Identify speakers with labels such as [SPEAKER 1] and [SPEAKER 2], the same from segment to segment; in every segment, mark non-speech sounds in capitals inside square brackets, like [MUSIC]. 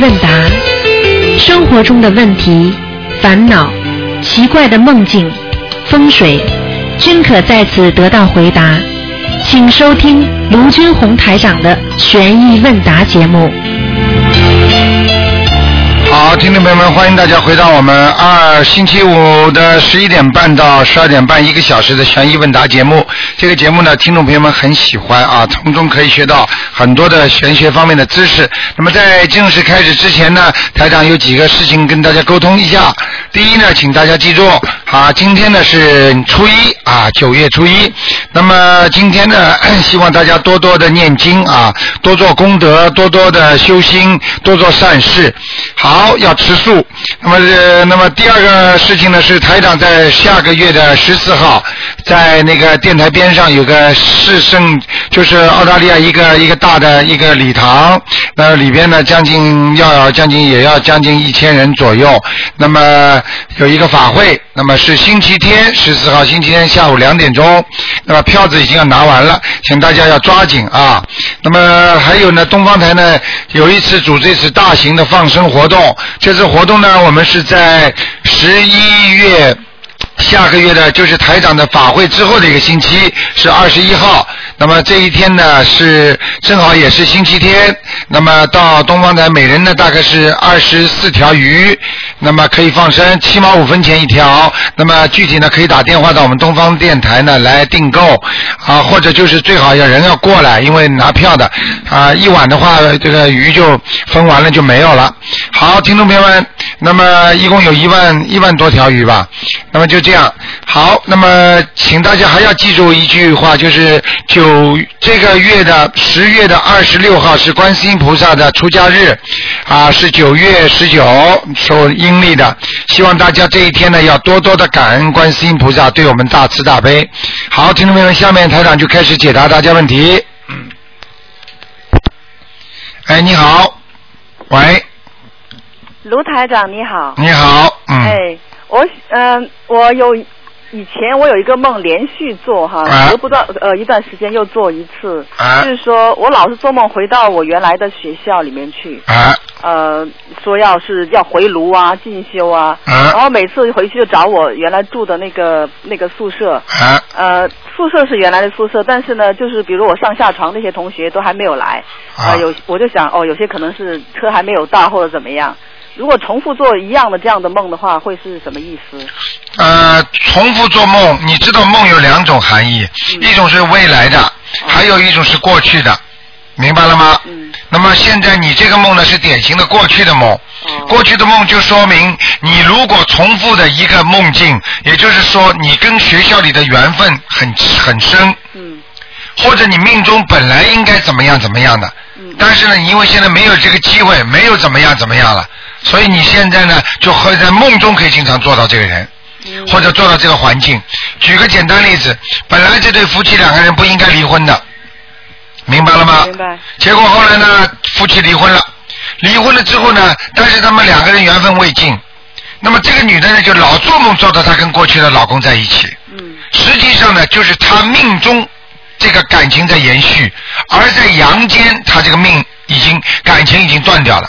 [SPEAKER 1] 问答，生活中的问题、烦恼、奇怪的梦境、风水，均可在此得到回答。请收听卢军红台长的《悬疑问答》节目。
[SPEAKER 2] 好，听众朋友们，欢迎大家回到我们二星期五的十一点半到十二点半一个小时的悬疑问答节目。这个节目呢，听众朋友们很喜欢啊，从中可以学到很多的玄学方面的知识。那么在正式开始之前呢，台长有几个事情跟大家沟通一下。第一呢，请大家记住啊，今天呢是初一啊，九月初一。那么今天呢， [CLEARS THROAT] 希望大家多多的念经啊，多做功德，多多的修心，多做善事。好，要吃素。那么，呃，那么第二个事情呢，是台长在下个月的十四号，在那个电台边上有个市圣，就是澳大利亚一个一个大的一个礼堂，那里边呢将近要将近也要将近一千人左右。那么有一个法会，那么是星期天十四号星期天下午两点钟，那么票子已经要拿完了，请大家要抓紧啊。那么还有呢，东方台呢有一次组织一次大型的放生活动，这次活动呢我们是在十一月。下个月的就是台长的法会之后的一个星期是二十一号，那么这一天呢是正好也是星期天，那么到东方台每人呢大概是二十四条鱼，那么可以放生七毛五分钱一条，那么具体呢可以打电话到我们东方电台呢来订购啊，或者就是最好要人要过来，因为拿票的啊一晚的话这个鱼就分完了就没有了。好，听众朋友们，那么一共有一万一万多条鱼吧，那么就。这样好，那么请大家还要记住一句话，就是九这个月的十月的二十六号是观世音菩萨的出家日，啊是九月十九，受阴历的。希望大家这一天呢要多多的感恩观世音菩萨对我们大慈大悲。好，听众朋友们，下面台长就开始解答大家问题。嗯，哎，你好，喂，
[SPEAKER 3] 卢台长你好，
[SPEAKER 2] 你好，嗯，
[SPEAKER 3] 哎。我嗯、呃，我有以前我有一个梦，连续做哈，
[SPEAKER 2] 啊
[SPEAKER 3] 隔不到呃一段时间又做一次，
[SPEAKER 2] 啊
[SPEAKER 3] 就是说我老是做梦回到我原来的学校里面去，
[SPEAKER 2] 啊
[SPEAKER 3] 呃，说要是要回炉啊、进修啊，
[SPEAKER 2] 啊
[SPEAKER 3] 然后每次回去就找我原来住的那个那个宿舍，
[SPEAKER 2] 啊
[SPEAKER 3] 呃，宿舍是原来的宿舍，但是呢，就是比如我上下床那些同学都还没有来，
[SPEAKER 2] 啊
[SPEAKER 3] 呃，有我就想哦，有些可能是车还没有到或者怎么样。如果重复做一样的这样的梦的话，会是什么意思？
[SPEAKER 2] 呃，重复做梦，你知道梦有两种含义，
[SPEAKER 3] 嗯
[SPEAKER 2] 一种是未来的，还有一种是过去的，明白了吗？
[SPEAKER 3] 嗯
[SPEAKER 2] 那么现在你这个梦呢是典型的过去的梦，
[SPEAKER 3] 哦
[SPEAKER 2] 过去的梦就说明你如果重复的一个梦境，也就是说你跟学校里的缘分很很深，
[SPEAKER 3] 嗯
[SPEAKER 2] 或者你命中本来应该怎么样怎么样的，
[SPEAKER 3] 嗯
[SPEAKER 2] 但是呢，你因为现在没有这个机会，没有怎么样怎么样了，所以你现在呢就会在梦中可以经常做到这个人。
[SPEAKER 3] 嗯
[SPEAKER 2] 或者做到这个环境。举个简单例子，本来这对夫妻两个人不应该离婚的，明白了吗？
[SPEAKER 3] 明白。
[SPEAKER 2] 结果后来呢，夫妻离婚了。离婚了之后呢，但是他们两个人缘分未尽，那么这个女的呢，就老做梦做到她跟过去的老公在一起。
[SPEAKER 3] 嗯
[SPEAKER 2] 实际上呢，就是她命中这个感情在延续，而在阳间，她这个命已经感情已经断掉了。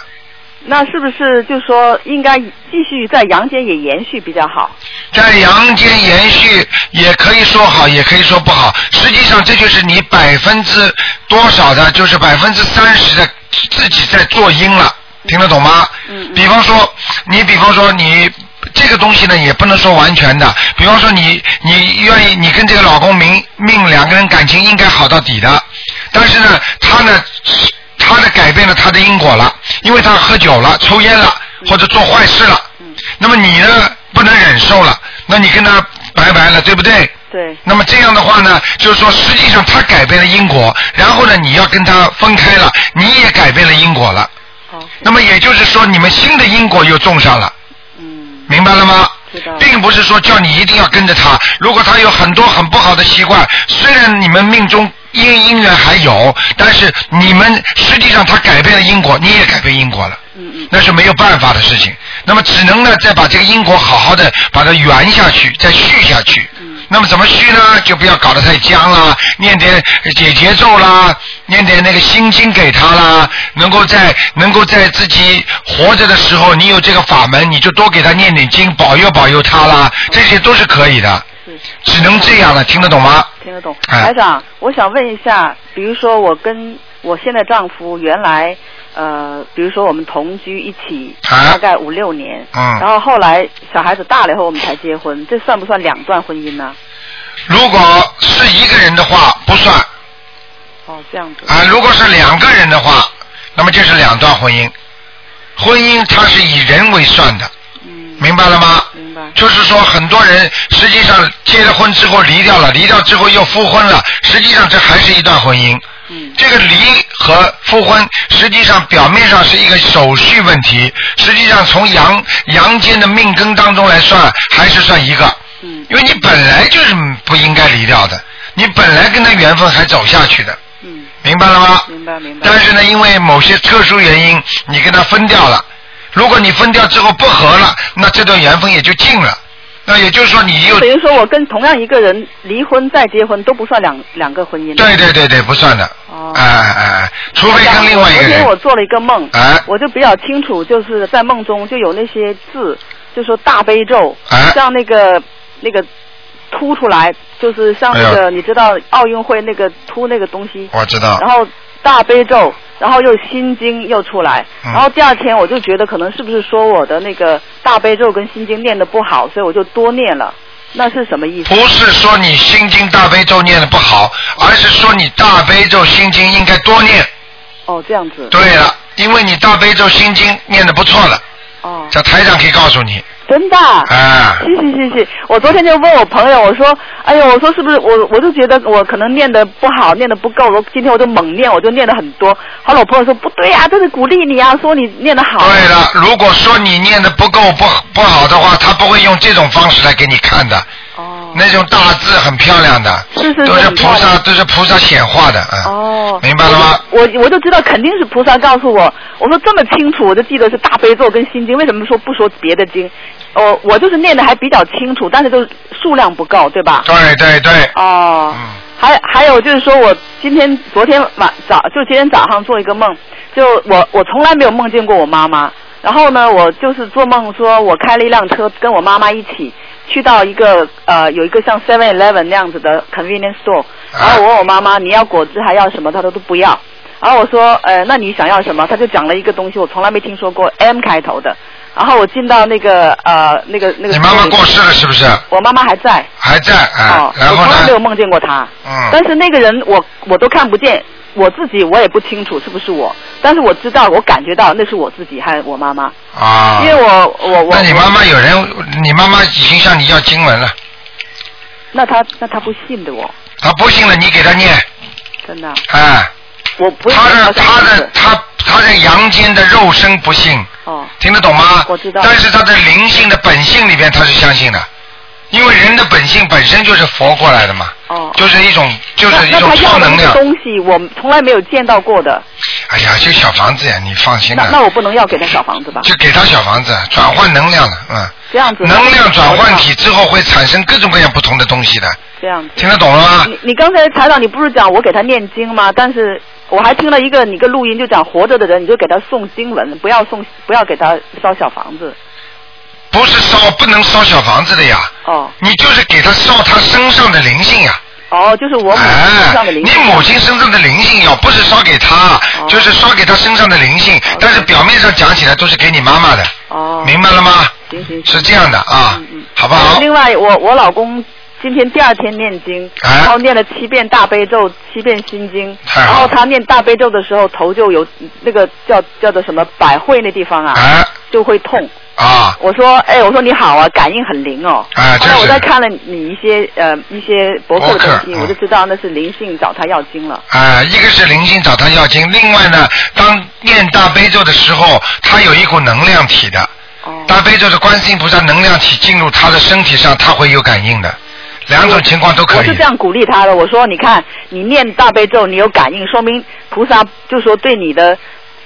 [SPEAKER 3] 那是不是就说应该继续在阳间也延续比较好？
[SPEAKER 2] 在阳间延续，也可以说好，也可以说不好。实际上，这就是你百分之多少的，就是百分之三十的自己在做因了，听得懂吗？
[SPEAKER 3] 嗯嗯
[SPEAKER 2] 比方说，你比方说你。这个东西呢，也不能说完全的。比方说你，你愿意，你跟这个老公命命两个人感情应该好到底的，但是呢，他呢，他的改变了他的因果了，因为他喝酒了、抽烟了，或者做坏事了，
[SPEAKER 3] 嗯，
[SPEAKER 2] 那么你呢不能忍受了，那你跟他拜拜了，对不对？
[SPEAKER 3] 对，
[SPEAKER 2] 那么这样的话呢，就是说实际上他改变了因果，然后呢你要跟他分开了，你也改变了因果了，
[SPEAKER 3] 好，
[SPEAKER 2] 那么也就是说你们新的因果又种上了，
[SPEAKER 3] 嗯，
[SPEAKER 2] 明白了吗？
[SPEAKER 3] 知道了。
[SPEAKER 2] 并不是说叫你一定要跟着他，如果他有很多很不好的习惯，虽然你们命中因因缘还有，但是你们实际上他改变了因果，你也改变因果了。
[SPEAKER 3] 嗯嗯
[SPEAKER 2] 那是没有办法的事情。那么只能呢，再把这个因果好好的把它圆下去，再续下去
[SPEAKER 3] 嗯。
[SPEAKER 2] 那么怎么续呢？就不要搞得太僵啦，念点解节奏啦，念点那个心经给他啦，能够在能够在自己活着的时候，你有这个法门，你就多给他念点经，保佑保佑他啦，这些都是可以的，
[SPEAKER 3] 是
[SPEAKER 2] 只能这样了，听得懂吗？
[SPEAKER 3] 听得懂。
[SPEAKER 2] 哎
[SPEAKER 3] 台长，我想问一下，比如说我跟我现在丈夫原来呃，比如说我们同居一起
[SPEAKER 2] 啊
[SPEAKER 3] 大概五六年，
[SPEAKER 2] 嗯
[SPEAKER 3] 然后后来小孩子大了以后我们才结婚，这算不算两段婚姻呢？
[SPEAKER 2] 如果是一个人的话不算
[SPEAKER 3] 哦，这样子。
[SPEAKER 2] 啊，如果是两个人的话，那么就是两段婚姻。婚姻它是以人为算的，
[SPEAKER 3] 嗯，
[SPEAKER 2] 明白了吗？
[SPEAKER 3] 明白。
[SPEAKER 2] 就是说，很多人实际上结了婚之后离掉了，离掉之后又复婚了，实际上这还是一段婚姻。
[SPEAKER 3] 嗯
[SPEAKER 2] 这个离和复婚，实际上表面上是一个手续问题，实际上从阳阳间的命根当中来算，还是算一个，
[SPEAKER 3] 嗯
[SPEAKER 2] 因为你本来就是不应该离掉的，你本来跟他缘分还走下去的，
[SPEAKER 3] 嗯，
[SPEAKER 2] 明白了吗？
[SPEAKER 3] 明白明白。
[SPEAKER 2] 但是呢，因为某些特殊原因，你跟他分掉了。如果你分掉之后不合了，那这段缘分也就尽了。那也就是说，你又
[SPEAKER 3] 等于说我跟同样一个人离婚再结婚都不算两两个婚姻。
[SPEAKER 2] 对对对对，不算的。
[SPEAKER 3] 哦
[SPEAKER 2] 哎哎哎，除非跟另外一个
[SPEAKER 3] 昨天我
[SPEAKER 2] 人。
[SPEAKER 3] 做了一个梦，
[SPEAKER 2] 哎
[SPEAKER 3] 我就比较清楚，就是在梦中就有那些字，就说大悲咒，
[SPEAKER 2] 哎
[SPEAKER 3] 像那个那个凸出来，就是像那
[SPEAKER 2] 哎哦
[SPEAKER 3] 个、你知道奥运会那个凸那个东西，
[SPEAKER 2] 我知道
[SPEAKER 3] 然。后大悲咒，然后又心经又出来，
[SPEAKER 2] 嗯
[SPEAKER 3] 然后第二天我就觉得可能是不是说我的那个大悲咒跟心经念的不好，所以我就多念了，那是什么意思？
[SPEAKER 2] 不是说你心经大悲咒念的不好，而是说你大悲咒心经应该多念。
[SPEAKER 3] 哦，这样子，
[SPEAKER 2] 对了，因为你大悲咒心经念的不错了，
[SPEAKER 3] 哦，
[SPEAKER 2] 这台长可以告诉你。
[SPEAKER 3] 真的。
[SPEAKER 2] 啊，
[SPEAKER 3] 是是是是，我昨天就问我朋友，我说，哎呦，我说是不是我我就觉得我可能念的不好，念的不够，我今天我就猛念，我就念的很多。后来我朋友说不对呀、这是鼓励你啊，说你念的好。
[SPEAKER 2] 对了，如果说你念的不够不不好的话，他不会用这种方式来给你看的。
[SPEAKER 3] 哦，
[SPEAKER 2] 那种大字很漂亮的，
[SPEAKER 3] 是是是
[SPEAKER 2] 都是
[SPEAKER 3] 很
[SPEAKER 2] 菩
[SPEAKER 3] 漂
[SPEAKER 2] 萨，
[SPEAKER 3] 亮
[SPEAKER 2] 都是菩萨显化的，嗯。
[SPEAKER 3] 哦，
[SPEAKER 2] 明白了吗？
[SPEAKER 3] 我就我我就知道肯定是菩萨告诉我，我说这么清楚，我就记得是大悲咒跟心经，为什么说不说别的经？哦，我就是念的还比较清楚，但是就是数量不够，对吧？
[SPEAKER 2] 对对对，
[SPEAKER 3] 哦。
[SPEAKER 2] 嗯，
[SPEAKER 3] 还还有就是说，我今天昨天晚早就今天早上做一个梦，就我我从来没有梦见过我妈妈。然后呢，我就是做梦说，我开了一辆车，跟我妈妈一起去到一个呃有一个像 Seven Eleven 那样子的 convenience store。然
[SPEAKER 2] 啊
[SPEAKER 3] 后我问我妈妈你要果汁还要什么，她说都不要。然后我说呃那你想要什么？她就讲了一个东西，我从来没听说过 M 开头的。然后我进到那个呃那个那个。
[SPEAKER 2] 你妈妈过世了是不是？
[SPEAKER 3] 我妈妈还在。
[SPEAKER 2] 还在啊
[SPEAKER 3] 哦，，
[SPEAKER 2] 然
[SPEAKER 3] 我
[SPEAKER 2] 后
[SPEAKER 3] 从来没有
[SPEAKER 2] 呢？
[SPEAKER 3] 梦见过她。
[SPEAKER 2] 嗯，
[SPEAKER 3] 但是那个人我我都看不见，我自己我也不清楚是不是我，但是我知道我感觉到那是我自己和我妈妈，
[SPEAKER 2] 啊
[SPEAKER 3] 因，为我我我
[SPEAKER 2] 那你妈妈有人，你妈妈已经向你要经文了，
[SPEAKER 3] 那他那他不信的我
[SPEAKER 2] 她不信了，你给她念，
[SPEAKER 3] 真的
[SPEAKER 2] 哎，
[SPEAKER 3] 我不是
[SPEAKER 2] 她
[SPEAKER 3] 好
[SPEAKER 2] 的她
[SPEAKER 3] 像不
[SPEAKER 2] 的
[SPEAKER 3] 是
[SPEAKER 2] 她她在阳间的肉身不信，
[SPEAKER 3] 哦
[SPEAKER 2] 听得懂吗？
[SPEAKER 3] 我知道
[SPEAKER 2] 但是他的灵性的本性里边，他是相信的，因为人的本性本身就是佛过来的嘛，
[SPEAKER 3] 哦，
[SPEAKER 2] 就是一种就是一
[SPEAKER 3] 那那
[SPEAKER 2] 种
[SPEAKER 3] 他
[SPEAKER 2] 超
[SPEAKER 3] 要的
[SPEAKER 2] 能
[SPEAKER 3] 那
[SPEAKER 2] 量
[SPEAKER 3] 个。东西我从来没有见到过的，
[SPEAKER 2] 哎呀，就小房子呀，你放心
[SPEAKER 3] 那那
[SPEAKER 2] 了，
[SPEAKER 3] 我不能要给他小房子吧？
[SPEAKER 2] 啊就给他小房子，转换能量了，嗯，
[SPEAKER 3] 这样子
[SPEAKER 2] 能量转换
[SPEAKER 3] 我知
[SPEAKER 2] 体之后会产生各种各样不同的东西的，
[SPEAKER 3] 道这样子。
[SPEAKER 2] 听得懂了吗？
[SPEAKER 3] 你你刚才台长，你不是讲我给他念经吗？但是我还听了一个你个录音，就讲活着的人你就给他送经文，不要送不要给他烧小房子。
[SPEAKER 2] 不是烧不能烧小房子的呀，
[SPEAKER 3] 哦
[SPEAKER 2] 你就是给他烧他身上的灵性呀。
[SPEAKER 3] 哦，就是我母亲身
[SPEAKER 2] 哎
[SPEAKER 3] 上的，灵
[SPEAKER 2] 你
[SPEAKER 3] 性。
[SPEAKER 2] 母亲身上的灵性要不是烧给她，
[SPEAKER 3] 哦
[SPEAKER 2] 就是烧给她身上的灵性，但是表面上讲起来都是给你妈妈的，
[SPEAKER 3] 哦，
[SPEAKER 2] 明白了吗？
[SPEAKER 3] 行行行，
[SPEAKER 2] 是这样的啊
[SPEAKER 3] 嗯嗯，
[SPEAKER 2] 好不好？
[SPEAKER 3] 另外，我我老公今天第二天念经，
[SPEAKER 2] 哎
[SPEAKER 3] 然后念了七遍大悲咒，七遍心经，
[SPEAKER 2] 太
[SPEAKER 3] 然
[SPEAKER 2] 好了
[SPEAKER 3] 后他念大悲咒的时候头就有那个叫叫做什么百会那地方啊，
[SPEAKER 2] 哎
[SPEAKER 3] 就会痛。
[SPEAKER 2] 啊，
[SPEAKER 3] 我说，哎，我说你好啊，感应很灵哦。
[SPEAKER 2] 哎
[SPEAKER 3] 后来
[SPEAKER 2] 真是
[SPEAKER 3] 我在看了你一些呃一些博客
[SPEAKER 2] 博
[SPEAKER 3] 的
[SPEAKER 2] 客
[SPEAKER 3] 东西，
[SPEAKER 2] 嗯
[SPEAKER 3] 我就知道那是灵性找他要经了。
[SPEAKER 2] 啊，一个是灵性找他要经，另外呢，当念大悲咒的时候，他有一股能量体的，
[SPEAKER 3] 哦，
[SPEAKER 2] 大悲咒的观世音菩萨能量体进入他的身体上，他会有感应的，两种情况都可
[SPEAKER 3] 我就
[SPEAKER 2] 以
[SPEAKER 3] 这。样鼓励他的，我说你看，你念大悲咒，你有感应，说明菩萨就说对你的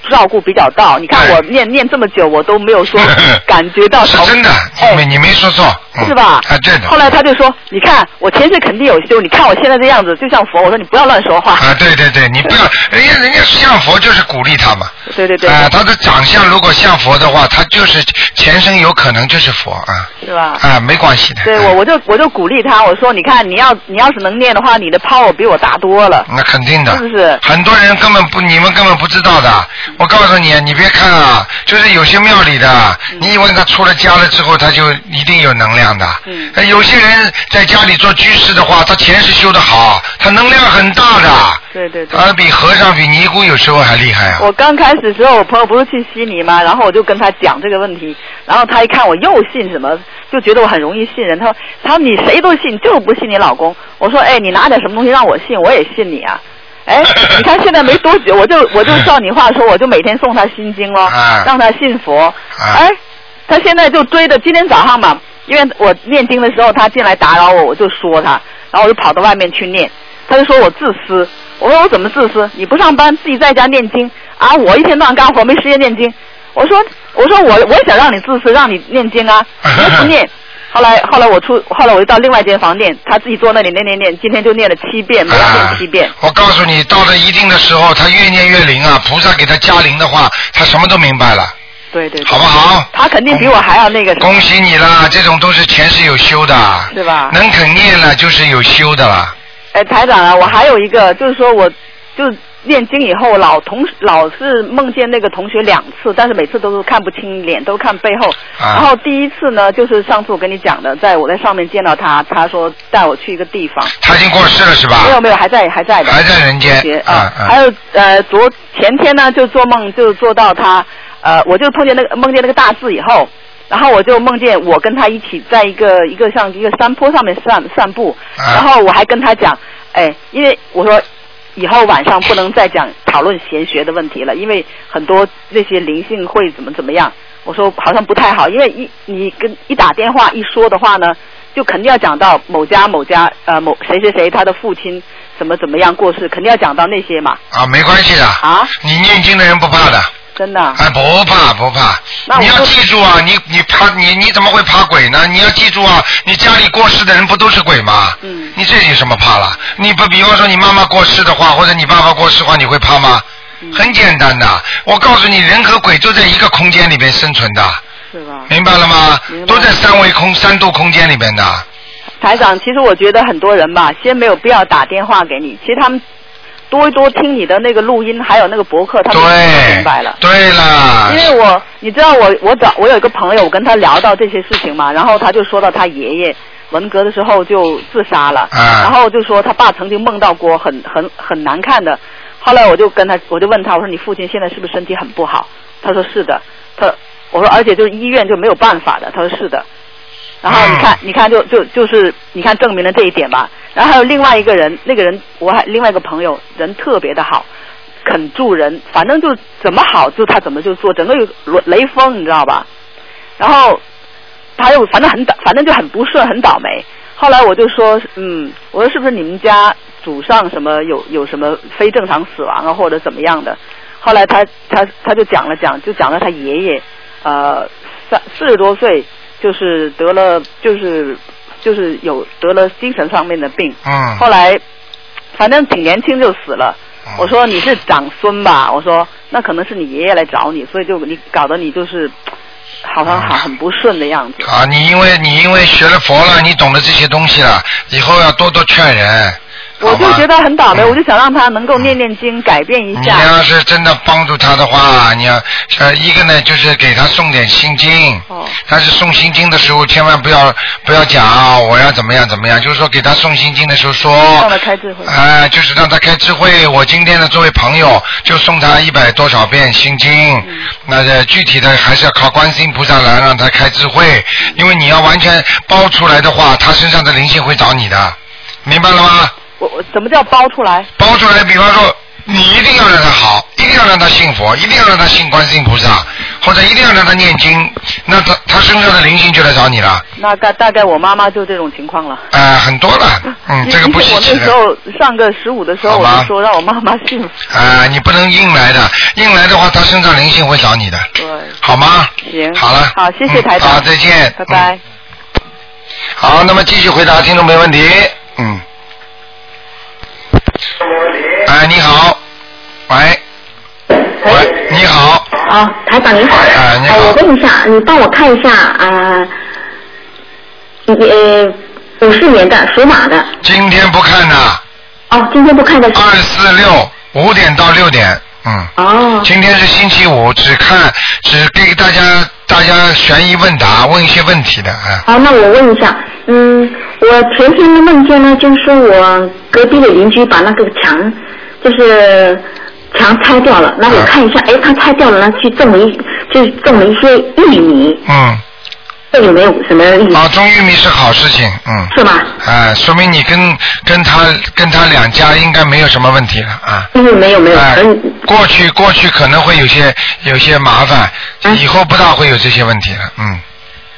[SPEAKER 3] 照顾比较到。你看
[SPEAKER 2] 哎 [LAUGHS]
[SPEAKER 3] 我念念这么久，我都没有说感觉到什
[SPEAKER 2] 是
[SPEAKER 3] 么。
[SPEAKER 2] 真的，你没
[SPEAKER 3] 哎，
[SPEAKER 2] 你没说错，嗯
[SPEAKER 3] 是吧？
[SPEAKER 2] 啊对的
[SPEAKER 3] 后来他就说，你看我前世肯定有修，你看我现在这样子就像佛。我说你不要乱说话。
[SPEAKER 2] 啊，对对对，你
[SPEAKER 3] [LAUGHS]
[SPEAKER 2] 不要，人家人家像佛就是鼓励他嘛。
[SPEAKER 3] 对对对，
[SPEAKER 2] 啊、他的长相如果像佛的话，他就是前生有可能就是佛啊
[SPEAKER 3] 是吧？
[SPEAKER 2] 啊，没关系的。
[SPEAKER 3] 对
[SPEAKER 2] 啊
[SPEAKER 3] 我我就我就鼓励他，我说你看你要你要是能念的话，你的 power 比我大多了，
[SPEAKER 2] 嗯那肯定的，
[SPEAKER 3] 是嗯不是
[SPEAKER 2] 很多人根本不，你们根本不知道的。我告诉你，你别看啊，就是有些庙里的，啊你以为他出了家了之后，他就一定有能量的。
[SPEAKER 3] 嗯
[SPEAKER 2] 呃有些人在家里做居士的话，他前世修得好，他能量很大的。
[SPEAKER 3] 对对对。
[SPEAKER 2] 他比和尚、比尼姑有时候还厉害啊！
[SPEAKER 3] 我刚开始的时候，我朋友不是去悉尼吗？然后我就跟他讲这个问题，然后他一看我又信什么，就觉得我很容易信人。他说：“他说你谁都信，就是不信你老公。”我说：“哎，你拿点什么东西让我信，我也信你啊。”哎，你看现在没多久，我就我就照你话说，我就每天送他心经咯
[SPEAKER 2] 啊，
[SPEAKER 3] 让他信佛。
[SPEAKER 2] 啊
[SPEAKER 3] 哎，他现在就追着今天早上嘛，因为我念经的时候他进来打扰我，我就说他，然后我就跑到外面去念，他就说我自私。我说我怎么自私？你不上班，自己在家念经啊！我一天到晚干活，没时间念经。我说我说我我想让你自私，让你念经
[SPEAKER 2] [LAUGHS]
[SPEAKER 3] 啊，你又不念。后来后来我出后来我就到另外一间房念，他自己坐那里念念念，今天就念了七遍，每天念七遍。
[SPEAKER 2] 我告诉你，到了一定的时候，他越念越灵啊！菩萨给他加灵的话，他什么都明白了，
[SPEAKER 3] 对对对。
[SPEAKER 2] 好不好？
[SPEAKER 3] 他肯定比我还要那个什么
[SPEAKER 2] 恭，喜你啦！这种都是前世有修的，
[SPEAKER 3] 是吧？
[SPEAKER 2] 能肯念了就是有修的啦。
[SPEAKER 3] 哎，台长啊，我还有一个，就是说我就是念经以后，老同老是梦见那个同学两次，但是每次都是看不清脸，都看背后。
[SPEAKER 2] 啊
[SPEAKER 3] 然后第一次呢，就是上次我跟你讲的，在我在上面见到他，他说带我去一个地方，
[SPEAKER 2] 他已经过世了是吧
[SPEAKER 3] 没？有没有，还在还在的。
[SPEAKER 2] 啊还在人间
[SPEAKER 3] 学
[SPEAKER 2] 啊
[SPEAKER 3] 啊，
[SPEAKER 2] 啊
[SPEAKER 3] 还！有呃，昨前天呢，就做梦，就做到他，呃，我就碰见那个梦见那个大字以后，然后我就梦见我跟他一起在一个一个像一个山坡上面散散步，
[SPEAKER 2] 啊
[SPEAKER 3] 然后我还跟他讲，哎，因为我说。以后晚上不能再讲讨论玄学的问题了，因为很多那些灵性会怎么怎么样。我说好像不太好，因为一你跟一打电话一说的话呢，就肯定要讲到某家某家呃某谁谁谁他的父亲怎么怎么样过世，肯定要讲到那些嘛
[SPEAKER 2] 啊，没关系的。
[SPEAKER 3] 啊，
[SPEAKER 2] 你念经的人不怕的，
[SPEAKER 3] 真的啊
[SPEAKER 2] 哎，不怕不怕
[SPEAKER 3] 嗯那。我
[SPEAKER 2] 你要
[SPEAKER 3] 就
[SPEAKER 2] 记住啊，你你怕你你怎么会怕鬼呢？你要记住啊，你家里过世的人不都是鬼吗？
[SPEAKER 3] 嗯
[SPEAKER 2] 你这有什么怕了？你不比方说你妈妈过世的话，或者你爸爸过世的话，你会怕吗？
[SPEAKER 3] 嗯
[SPEAKER 2] 很简单的，我告诉你，人和鬼都在一个空间里边生存的，
[SPEAKER 3] 是吧？
[SPEAKER 2] 明白了吗
[SPEAKER 3] 嗯明？白
[SPEAKER 2] 都在三维空三度空间里边的。
[SPEAKER 3] 台长，其实我觉得很多人吧，先没有必要打电话给你，其实他们多一多听你的那个录音，还有那个博客，他们就
[SPEAKER 2] 对，哎
[SPEAKER 3] 明白了。
[SPEAKER 2] 对了
[SPEAKER 3] 因，为我，你知道我，我找我有一个朋友，我跟他聊到这些事情嘛，然后他就说到他爷爷文革的时候就自杀了，
[SPEAKER 2] 啊
[SPEAKER 3] 然后就说他爸曾经梦到过很很很难看的，后来我就跟他，我就问他，我说你父亲现在是不是身体很不好？他说是的，他我说而且就是医院就没有办法的，他说是的，然后你看，你看就就就是你看证明了这一点吧。然后还有另外一个人，那个人我还另外一个朋友人特别的好，肯助人，反正就是怎么好就他怎么就做，整个有雷雷锋你知道吧？然后他又反正很倒，反正就很不顺，很倒霉。后来我就说，嗯，我说是不是你们家祖上什么有有什么非正常死亡啊，或者怎么样的？后来他他他就讲了讲，就讲了他爷爷，呃，三四十多岁，就是得了，就是就是有得了精神方面的病。
[SPEAKER 2] 嗯
[SPEAKER 3] 后来，反正挺年轻就死了
[SPEAKER 2] 嗯。
[SPEAKER 3] 我说你是长孙吧？我说那可能是你爷爷来找你，所以就你搞得你就是好像
[SPEAKER 2] 嗯
[SPEAKER 3] 好很不顺的样子。
[SPEAKER 2] 啊，你因为你因为学了佛了，你懂了这些东西了，以后要多多劝人。
[SPEAKER 3] 我
[SPEAKER 2] 好
[SPEAKER 3] 就
[SPEAKER 2] 吗
[SPEAKER 3] 觉得很倒霉，我就想让他能够念念经，改变一
[SPEAKER 2] 你
[SPEAKER 3] 下。
[SPEAKER 2] 要是真的帮助他的话，你要呃一个呢就是给他送点心经，
[SPEAKER 3] 哦
[SPEAKER 2] 但是送心经的时候千万不要不要讲啊我要怎么样怎么样，就是说给他送心经的时候说，
[SPEAKER 3] 让他开智慧
[SPEAKER 2] 哎、就是让他开智慧。我今天呢作为朋友就送他一百多少遍心经，那这具体的还是要靠观世音菩萨来让他开智慧，因为你要完全包出来的话，他身上的灵性会找你的，明白了吗？
[SPEAKER 3] 我我怎么叫包出来？
[SPEAKER 2] 包出来，比方说，你一定要让他好，一定要让他信佛，一定要让他信观世音菩萨，或者一定要让他念经，那他他身上的灵性就来找你了，
[SPEAKER 3] 那大大概我妈妈就这种情况了。
[SPEAKER 2] 呃，很多了，嗯，
[SPEAKER 3] 因
[SPEAKER 2] 这个不
[SPEAKER 3] 因
[SPEAKER 2] 稀
[SPEAKER 3] 为 [LAUGHS] 我
[SPEAKER 2] 奇
[SPEAKER 3] 那时
[SPEAKER 2] 的，
[SPEAKER 3] 候上个十五的时候，
[SPEAKER 2] 好
[SPEAKER 3] 我
[SPEAKER 2] 吧
[SPEAKER 3] 就说让我妈妈信佛。
[SPEAKER 2] 啊、你不能硬来的，硬来的话，他身上灵性会找你的，
[SPEAKER 3] 对，
[SPEAKER 2] 好吗？
[SPEAKER 3] 行。
[SPEAKER 2] 嗯好了，
[SPEAKER 3] 好，谢谢台
[SPEAKER 2] 嗯
[SPEAKER 3] 长。
[SPEAKER 2] 好，再见，
[SPEAKER 3] 拜拜。
[SPEAKER 2] 嗯好，那么继续回答听众朋友问题。嗯。哎，你好，喂，喂，你好，
[SPEAKER 4] 哦，台长你好。
[SPEAKER 2] 哎你好
[SPEAKER 4] 我问一下，你帮我看一下啊，呃呃，五四年的属马的。
[SPEAKER 2] 今天不看呐，
[SPEAKER 4] 哦，今天不看的是。
[SPEAKER 2] 二四六五点到六点，嗯，
[SPEAKER 4] 哦
[SPEAKER 2] 今天是星期五，只看只给大家大家悬疑问答，问一些问题的啊。
[SPEAKER 4] 好，那我问一下，嗯，我前天的梦见呢，就是说我隔壁的邻居把那个墙，就是墙拆掉了。那我
[SPEAKER 2] 嗯
[SPEAKER 4] 看一下，哎，他拆掉了呢，去种了一，就是种了一些玉米，
[SPEAKER 2] 嗯，
[SPEAKER 4] 这有没有什么意思？
[SPEAKER 2] 啊，种玉米是好事情，嗯，
[SPEAKER 4] 是吗？
[SPEAKER 2] 啊，说明你跟跟他跟他两家应该没有什么问题了啊。
[SPEAKER 4] 没有没有没有，
[SPEAKER 2] 哎
[SPEAKER 4] 嗯，，
[SPEAKER 2] 过去过去可能会有些有些麻烦，
[SPEAKER 4] 嗯
[SPEAKER 2] 以后不大会有这些问题了，嗯，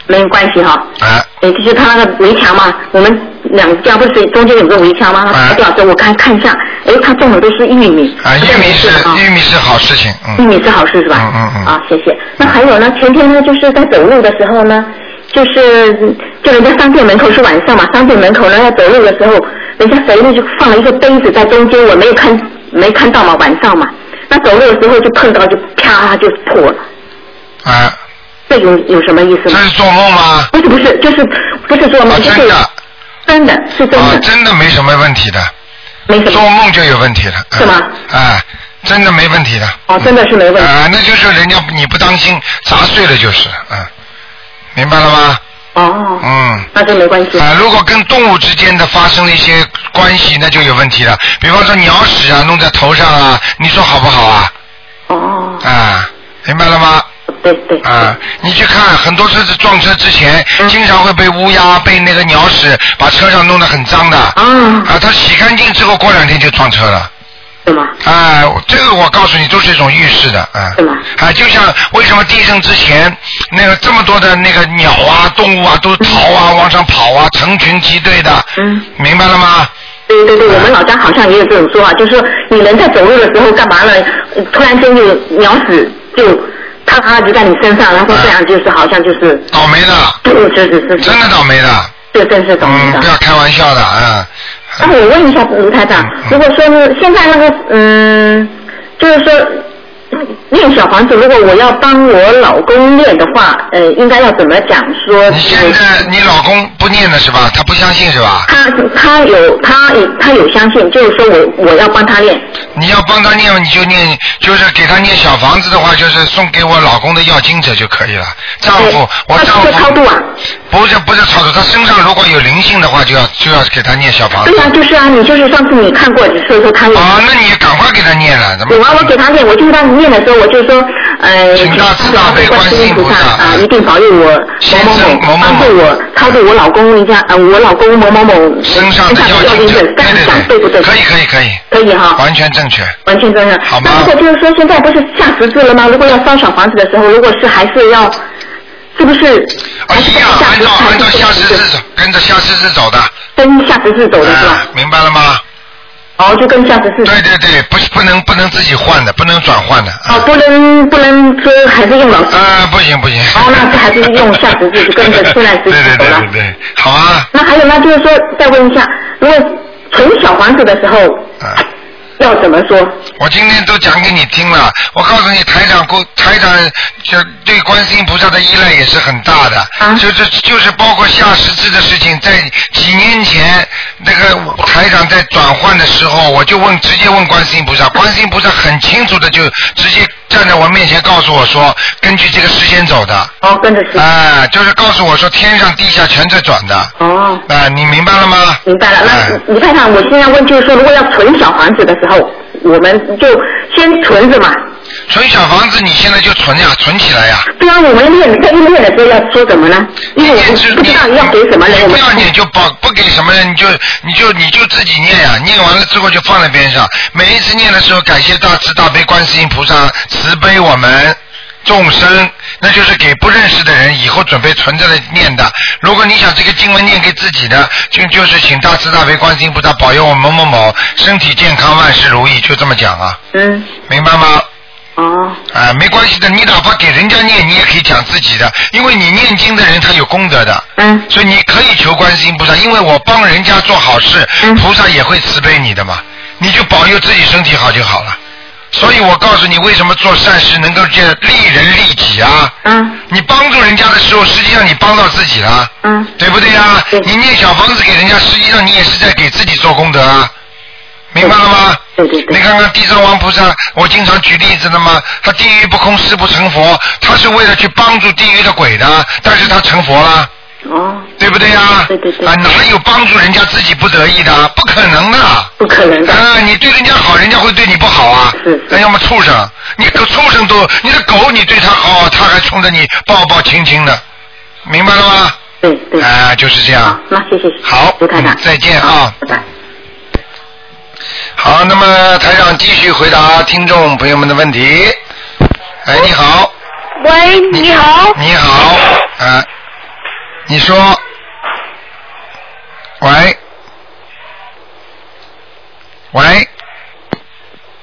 [SPEAKER 4] 没有关系哈。
[SPEAKER 2] 啊，
[SPEAKER 4] 哎，就是他那个围墙嘛，我们两家不是中间有个围墙吗？
[SPEAKER 2] 哎
[SPEAKER 4] 他掉着，我看看一下，哎，他种的都是玉米，
[SPEAKER 2] 啊，
[SPEAKER 4] 这
[SPEAKER 2] 玉
[SPEAKER 4] 样没
[SPEAKER 2] 米
[SPEAKER 4] 事
[SPEAKER 2] 是
[SPEAKER 4] 啊。
[SPEAKER 2] 玉米是好事情，
[SPEAKER 4] 玉
[SPEAKER 2] 嗯，
[SPEAKER 4] 米是好事是吧？
[SPEAKER 2] 嗯嗯嗯
[SPEAKER 4] 啊，谢谢。那还有呢，前天呢，就是在走路的时候呢，就是就人家商店门口是晚上嘛，商店门口呢要走路的时候，人家走路就放了一个杯子在中间，我没有看没看到嘛，晚上嘛，那走路的时候就碰到就啪就破了，
[SPEAKER 2] 啊，
[SPEAKER 4] 这有有什么意思
[SPEAKER 2] 这
[SPEAKER 4] 吗？
[SPEAKER 2] 是做梦吗？
[SPEAKER 4] 不是不是，就是不是说
[SPEAKER 2] 啊
[SPEAKER 4] 嘛，，就
[SPEAKER 2] 真
[SPEAKER 4] 是
[SPEAKER 2] 的
[SPEAKER 4] 真的是真的，
[SPEAKER 2] 啊，真的没什么问题的，
[SPEAKER 4] 没什
[SPEAKER 2] 做
[SPEAKER 4] 么。
[SPEAKER 2] 梦就有问题了，嗯
[SPEAKER 4] 是吗？
[SPEAKER 2] 啊，真的没问题的，
[SPEAKER 4] 哦，真的是没问题。
[SPEAKER 2] 啊，那就是人家你不当心砸碎了就是，嗯，明白了吗？
[SPEAKER 4] 哦，
[SPEAKER 2] 嗯。
[SPEAKER 4] 那就没关系。
[SPEAKER 2] 啊、如果跟动物之间的发生了一些关系，那就有问题了。比方说鸟屎啊弄在头上啊，你说好不好啊？
[SPEAKER 4] 哦，
[SPEAKER 2] 啊，明白了吗？
[SPEAKER 4] 对对。
[SPEAKER 2] 啊，你去看很多车子撞车之前，
[SPEAKER 4] 嗯
[SPEAKER 2] 经常会被乌鸦、被那个鸟屎把车上弄得很脏的。啊，
[SPEAKER 4] 啊，
[SPEAKER 2] 它洗干净之后，过两天就撞车了。
[SPEAKER 4] 是吗？
[SPEAKER 2] 啊，这个我告诉你，都是一种预示的啊。
[SPEAKER 4] 是吗
[SPEAKER 2] 啊，就像为什么地震之前，那个这么多的那个鸟啊、动物啊都逃啊、往上跑啊，成群结队的。
[SPEAKER 4] 嗯。
[SPEAKER 2] 明白了吗？
[SPEAKER 4] 对对对，
[SPEAKER 2] 呃
[SPEAKER 4] 我们老家好像也有这种说法，就是说你人在走路的时候干嘛呢？呃突然间就鸟屎就啪啪就在你身上，然后这样就是好像就是，
[SPEAKER 2] 倒霉的，
[SPEAKER 4] 对对对对，
[SPEAKER 2] 呃真的倒霉的，
[SPEAKER 4] 这个真是懂
[SPEAKER 2] 嗯，
[SPEAKER 4] 嗯的哎
[SPEAKER 2] 不。要开玩笑的啊。
[SPEAKER 4] 那我问一下卢台长
[SPEAKER 2] 嗯嗯，
[SPEAKER 4] 如果说呢，现在那个嗯，就是说念小房子，如果我要帮我老公念的话，呃，应该要怎么讲说？呃
[SPEAKER 2] 你现在你老公不念了是吧？他不相信是吧？
[SPEAKER 4] 他他有他有他有相信，就是说我我要帮他念，
[SPEAKER 2] 你要帮他念，你就念，就是给他念小房子的话，就是送给我老公的要经者就可以了。丈夫，我
[SPEAKER 4] 他
[SPEAKER 2] 丈
[SPEAKER 4] 是在超
[SPEAKER 2] 夫
[SPEAKER 4] 度啊。
[SPEAKER 2] 不是不是操作，他身上如果有灵性的话，就要就要给他念小房子
[SPEAKER 4] 对。呀、就是啊，你就是上次你看过，你说说他有。
[SPEAKER 2] 啊，那你也赶快给他念了，怎么？
[SPEAKER 4] 有啊，我给他念，我就是让你念的时候，我就说，呃，
[SPEAKER 2] 请大慈大悲观世音菩萨
[SPEAKER 4] 啊，一定保佑我
[SPEAKER 2] 先
[SPEAKER 4] 某
[SPEAKER 2] 生某某
[SPEAKER 4] 某某，帮助我超度我老公一下，呃，我老公某某某
[SPEAKER 2] 身上的
[SPEAKER 4] 的
[SPEAKER 2] 要
[SPEAKER 4] 要
[SPEAKER 2] 经者，
[SPEAKER 4] 这样讲
[SPEAKER 2] 对
[SPEAKER 4] 对不对？
[SPEAKER 2] 可以可以可以，
[SPEAKER 4] 可以哈，
[SPEAKER 2] 完全正确。
[SPEAKER 4] 完全正确。
[SPEAKER 2] 好吗
[SPEAKER 4] 啊那如果就是说现在不是下十字了吗？如果要烧小房子的时候，如果是还是要，是不是？
[SPEAKER 2] 啊，一样，按照按照下十字走，跟着下十字走的，
[SPEAKER 4] 跟下十字走的是吧
[SPEAKER 2] 啊？，明白了吗？
[SPEAKER 4] 哦，就跟下十字
[SPEAKER 2] 对对对，不是不能不能自己换的，不能转换的。
[SPEAKER 4] 哦，不能不能说还是用老师。
[SPEAKER 2] 啊，不行不行。
[SPEAKER 4] 哦那这还是用下十字就跟着现在十字
[SPEAKER 2] [LAUGHS]
[SPEAKER 4] 走
[SPEAKER 2] 对
[SPEAKER 4] 了
[SPEAKER 2] 对对对对，好啊，
[SPEAKER 4] 那还有呢，就是说再问一下，如果存小房子的时候
[SPEAKER 2] 啊，
[SPEAKER 4] 要怎么说？
[SPEAKER 2] 我今天都讲给你听了，我告诉你，台长过台长就对观世音菩萨的依赖也是很大的，
[SPEAKER 4] 啊
[SPEAKER 2] 就是就是包括下十字的事情，在几年前那个台长在转换的时候，我就问直接问观世音菩萨，观世音菩萨很清楚的就直接站在我面前告诉我说，根据这个时间走的，
[SPEAKER 4] 哦，跟着是。
[SPEAKER 2] 哎、就是告诉我说天上地下全在转的，
[SPEAKER 4] 哦，
[SPEAKER 2] 哎、你明白了吗？
[SPEAKER 4] 明白了。
[SPEAKER 2] 哎
[SPEAKER 4] 那你看看，我现在问就是说，如果要存小房子的时候，我们就先存着嘛。
[SPEAKER 2] 存小房子，你现在就存呀，存起来呀。
[SPEAKER 4] 对啊，我们念在念的时候要说什么呢？因为我
[SPEAKER 2] 念之
[SPEAKER 4] 们不知道要给什么人，
[SPEAKER 2] 你
[SPEAKER 4] 我
[SPEAKER 2] 不
[SPEAKER 4] 们
[SPEAKER 2] 要念就不不给什么人，你就你就你就自己念呀、念完了之后就放在边上。每一次念的时候，感谢大慈大悲观世音菩萨慈悲我们众生，那就是给不认识的人以后准备存着来念的。如果你想这个经文念给自己的，就就是请大慈大悲观世音菩萨保佑我某某某身体健康，万事如意，就这么讲啊，
[SPEAKER 4] 嗯，
[SPEAKER 2] 明白吗？
[SPEAKER 4] 哦，
[SPEAKER 2] 啊，没关系的，你哪怕给人家念，你也可以讲自己的，因为你念经的人他有功德的，
[SPEAKER 4] 嗯
[SPEAKER 2] 所以你可以求观世音菩萨，因为我帮人家做好事，
[SPEAKER 4] 嗯
[SPEAKER 2] 菩萨也会慈悲你的嘛，你就保佑自己身体好就好了。所以我告诉你，为什么做善事能够见利人利己啊？
[SPEAKER 4] 嗯
[SPEAKER 2] 你帮助人家的时候，实际上你帮到自己了，
[SPEAKER 4] 嗯
[SPEAKER 2] 对不对啊
[SPEAKER 4] 对？
[SPEAKER 2] 你念小房子给人家，实际上你也是在给自己做功德啊，明白了吗？
[SPEAKER 4] 对对
[SPEAKER 2] 你
[SPEAKER 4] 对，
[SPEAKER 2] 看看地藏王菩萨，我经常举例子的嘛，他地狱不空，誓不成佛，他是为了去帮助地狱的鬼的，但是他成佛了，
[SPEAKER 4] 哦，
[SPEAKER 2] 对不对呀？
[SPEAKER 4] 对对对
[SPEAKER 2] 啊，哪有帮助人家自己不得意的？不可能的。
[SPEAKER 4] 不可能的，
[SPEAKER 2] 啊，你对人家好，人家会对你不好啊。
[SPEAKER 4] 是是
[SPEAKER 2] 那要么畜生，你狗畜生都，你的狗你对它好，它还冲着你抱抱亲亲的，明白了吗？
[SPEAKER 4] 对对。
[SPEAKER 2] 啊，就是这样
[SPEAKER 4] 好。，那谢谢，
[SPEAKER 2] 好
[SPEAKER 4] 卢台长
[SPEAKER 2] 嗯，再见啊
[SPEAKER 4] 拜拜。
[SPEAKER 2] 好，那么台长继续回答听众朋友们的问题。哎，你好。
[SPEAKER 5] 喂，你好，
[SPEAKER 2] 你好，呃，你说，喂，喂，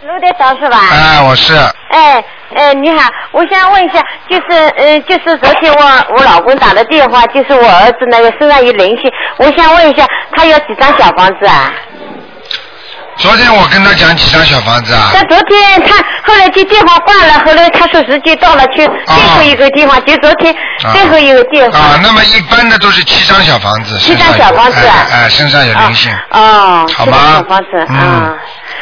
[SPEAKER 5] 卢队长是吧？
[SPEAKER 2] 哎、我是，
[SPEAKER 5] 哎，哎，你好，我想问一下，就是呃，就是昨天我我老公打的电话，就是我儿子那个身上有灵性，我想问一下，他有几张小房子啊？
[SPEAKER 2] 昨天我跟他讲几张小房子啊，
[SPEAKER 5] 但昨天他后来接电话挂了，后来他说时间到了，去最后一个电话，就昨天
[SPEAKER 2] 啊
[SPEAKER 5] 最后一个电话。
[SPEAKER 2] 啊，那么一般的都是七张小房子，
[SPEAKER 5] 七张
[SPEAKER 2] 身上有
[SPEAKER 5] 小房子啊
[SPEAKER 2] 哎、哎身上有灵性，
[SPEAKER 5] 哦，
[SPEAKER 2] 好
[SPEAKER 5] 这个
[SPEAKER 2] 吧
[SPEAKER 5] 小房子
[SPEAKER 2] 嗯
[SPEAKER 5] 啊。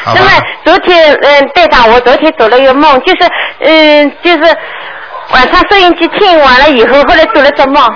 [SPEAKER 2] 好吧
[SPEAKER 5] 那么昨天，嗯，队长，我昨天做了一个梦，就是，嗯，就是晚上收音机听完了以后，后来做了个梦，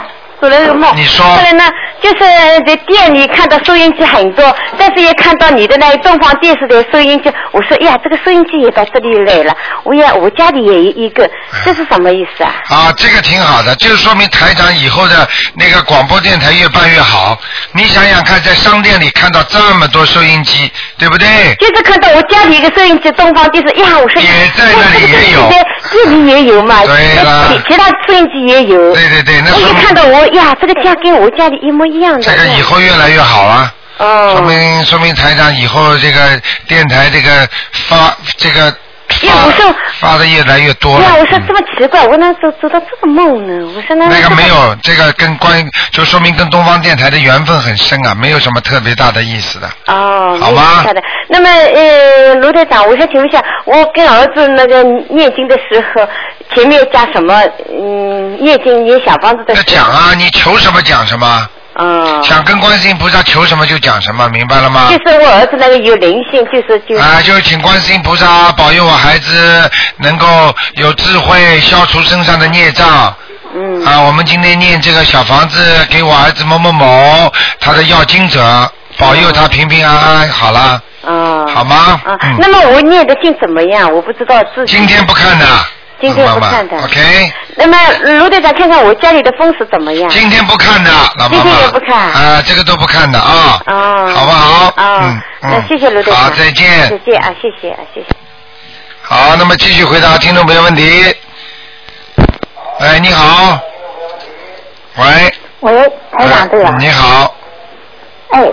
[SPEAKER 5] 做了一个梦。
[SPEAKER 2] 你说
[SPEAKER 5] 后来呢，就是在店里看到收音机很多，但是也看到你的那个东方电视的收音机，我说，哎呀，这个收音机也到这里来了，我也我家里也有一个，
[SPEAKER 2] 哎
[SPEAKER 5] 这是什么意思啊？
[SPEAKER 2] 啊，这个挺好的，就是说明台长以后的那个广播电台越办越好。你想想看，在商店里看到这么多收音机，对不对？
[SPEAKER 5] 就是看到我家里一个摄影机，东方电视，哎呀，我说
[SPEAKER 2] 也在那里也有
[SPEAKER 5] 哎这个这里也有嘛，
[SPEAKER 2] 对了
[SPEAKER 5] 其其他摄影机也有。
[SPEAKER 2] 对对对，那
[SPEAKER 5] 我
[SPEAKER 2] 说
[SPEAKER 5] 一
[SPEAKER 2] 明
[SPEAKER 5] 看到我呀，这个家跟我家里一模一样的。
[SPEAKER 2] 这个以后越来越好啊。说
[SPEAKER 5] 哦，
[SPEAKER 2] 明说明台长以后这个电台这个发这个
[SPEAKER 5] 因为我
[SPEAKER 2] 发
[SPEAKER 5] 说
[SPEAKER 2] 发的越来越多了。
[SPEAKER 5] 呀，我说嗯
[SPEAKER 2] 嗯
[SPEAKER 5] 这么奇怪，我能做做到这个梦呢？我说那
[SPEAKER 2] 那个没
[SPEAKER 5] 这
[SPEAKER 2] 有，这个跟关就说明跟东方电台的缘分很深啊，没有什么特别大的意思的。
[SPEAKER 5] 哦，
[SPEAKER 2] 好
[SPEAKER 5] 没
[SPEAKER 2] 吧
[SPEAKER 5] 有下的。那么，呃，卢队长，我想请问一下，我跟儿子那个念经的时候，前面加什么？嗯，念经念小房子的
[SPEAKER 2] 那
[SPEAKER 5] 时候。
[SPEAKER 2] 讲啊，你求什么讲什么，
[SPEAKER 5] 嗯。
[SPEAKER 2] 想跟观世音菩萨求什么就讲什么，明白了吗？
[SPEAKER 5] 就是我儿子那个有灵性，就是就是。
[SPEAKER 2] 啊，就是请观世音菩萨保佑我孩子能够有智慧，消除身上的孽障。
[SPEAKER 5] 嗯
[SPEAKER 2] 啊，我们今天念这个小房子给我儿子某某某，他的要经者，保佑他平平安安，好了，
[SPEAKER 5] 啊，
[SPEAKER 2] 好吗？
[SPEAKER 5] 啊，那
[SPEAKER 2] 嗯，
[SPEAKER 5] 么我念的信怎么样？我不知道自己。
[SPEAKER 2] 今天不看的，
[SPEAKER 5] 今天不
[SPEAKER 2] 老妈妈
[SPEAKER 5] 看的嗯
[SPEAKER 2] OK，
[SPEAKER 5] 那么卢队长，看看我家里的风水怎么样？
[SPEAKER 2] 今天不看的，老妈
[SPEAKER 5] 今
[SPEAKER 2] 妈。
[SPEAKER 5] 天也不看
[SPEAKER 2] 啊，这个都不看的啊。
[SPEAKER 5] 哦，
[SPEAKER 2] 好不好？
[SPEAKER 5] 哦，
[SPEAKER 2] 嗯嗯。
[SPEAKER 5] 那谢谢卢队长。
[SPEAKER 2] 好，再见。
[SPEAKER 5] 再见啊，谢谢啊，谢谢。
[SPEAKER 2] 好，那么继续回答听众朋友问题。哎，你好。喂。
[SPEAKER 6] 喂，台长对吧
[SPEAKER 2] 哎？你好，
[SPEAKER 6] 哎，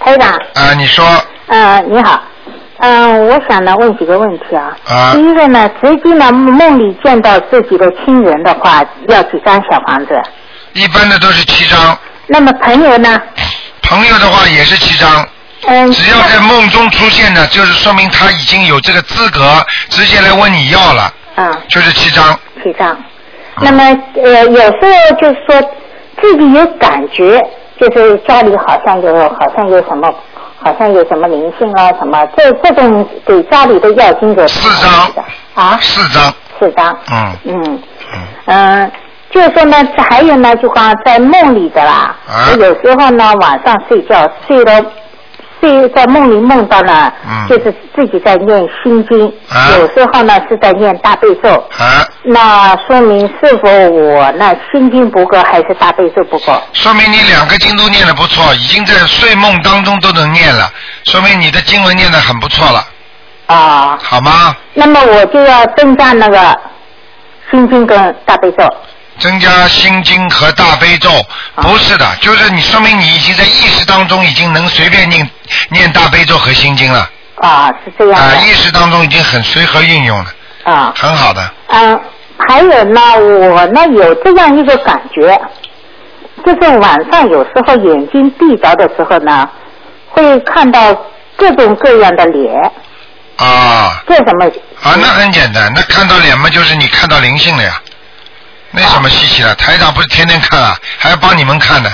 [SPEAKER 6] 台长，
[SPEAKER 2] 啊，你说，
[SPEAKER 6] 呃，你好，嗯、我想呢问几个问题啊。
[SPEAKER 2] 啊
[SPEAKER 5] 嗯
[SPEAKER 6] 第一个呢，直接呢梦里见到自己的亲人的话，要几张小房子？
[SPEAKER 2] 一般的都是七张，
[SPEAKER 6] 那么朋友呢？
[SPEAKER 2] 朋友的话也是七张，
[SPEAKER 6] 嗯，
[SPEAKER 2] 只要在梦中出现的，就是说明他已经有这个资格直接来问你要了，
[SPEAKER 6] 啊，
[SPEAKER 2] 就是七张。
[SPEAKER 6] 几张？
[SPEAKER 2] 啊
[SPEAKER 6] 那么呃，有时候就是说自己有感觉，就是家里好像有好像有什么。好像有什么灵性啊，什么这这种给家里的要经者
[SPEAKER 2] 四张
[SPEAKER 6] 啊，
[SPEAKER 2] 四张，
[SPEAKER 6] 四张，
[SPEAKER 2] 嗯
[SPEAKER 6] 嗯，
[SPEAKER 2] 嗯，
[SPEAKER 6] 嗯，就是说呢，这还有呢，就光在梦里的啦。
[SPEAKER 2] 啊
[SPEAKER 6] 我有时候呢，晚上睡觉睡了，睡在梦里梦到呢，
[SPEAKER 2] 嗯
[SPEAKER 6] 就是自己在念心经。
[SPEAKER 2] 啊
[SPEAKER 6] 有时候呢是在念大悲咒。
[SPEAKER 2] 啊，
[SPEAKER 6] 那说明是否我那心经不够，还是大悲咒不够？
[SPEAKER 2] 说明你两个经都念得不错，已经在睡梦当中都能念了，说明你的经文念得很不错了，
[SPEAKER 6] 啊，
[SPEAKER 2] 好吗？
[SPEAKER 6] 那么我就要增加那个心经跟大悲咒。
[SPEAKER 2] 增加心经和大悲咒，
[SPEAKER 6] 啊
[SPEAKER 2] 不是的，就是你说明你已经在意识当中已经能随便念念大悲咒和心经了，
[SPEAKER 6] 啊，是这样
[SPEAKER 2] 啊、
[SPEAKER 6] 的。
[SPEAKER 2] 意识当中已经很随和运用了，
[SPEAKER 6] 啊
[SPEAKER 2] 很好的，
[SPEAKER 6] 嗯，还有呢，我呢有这样一个感觉，就是晚上有时候眼睛闭着的时候呢，会看到各种各样的脸，
[SPEAKER 2] 啊
[SPEAKER 6] 这什么？
[SPEAKER 2] 啊，那很简单，那看到脸嘛，就是你看到灵性了呀，那有什么稀奇的？台长不是天天看啊，还要帮你们看呢，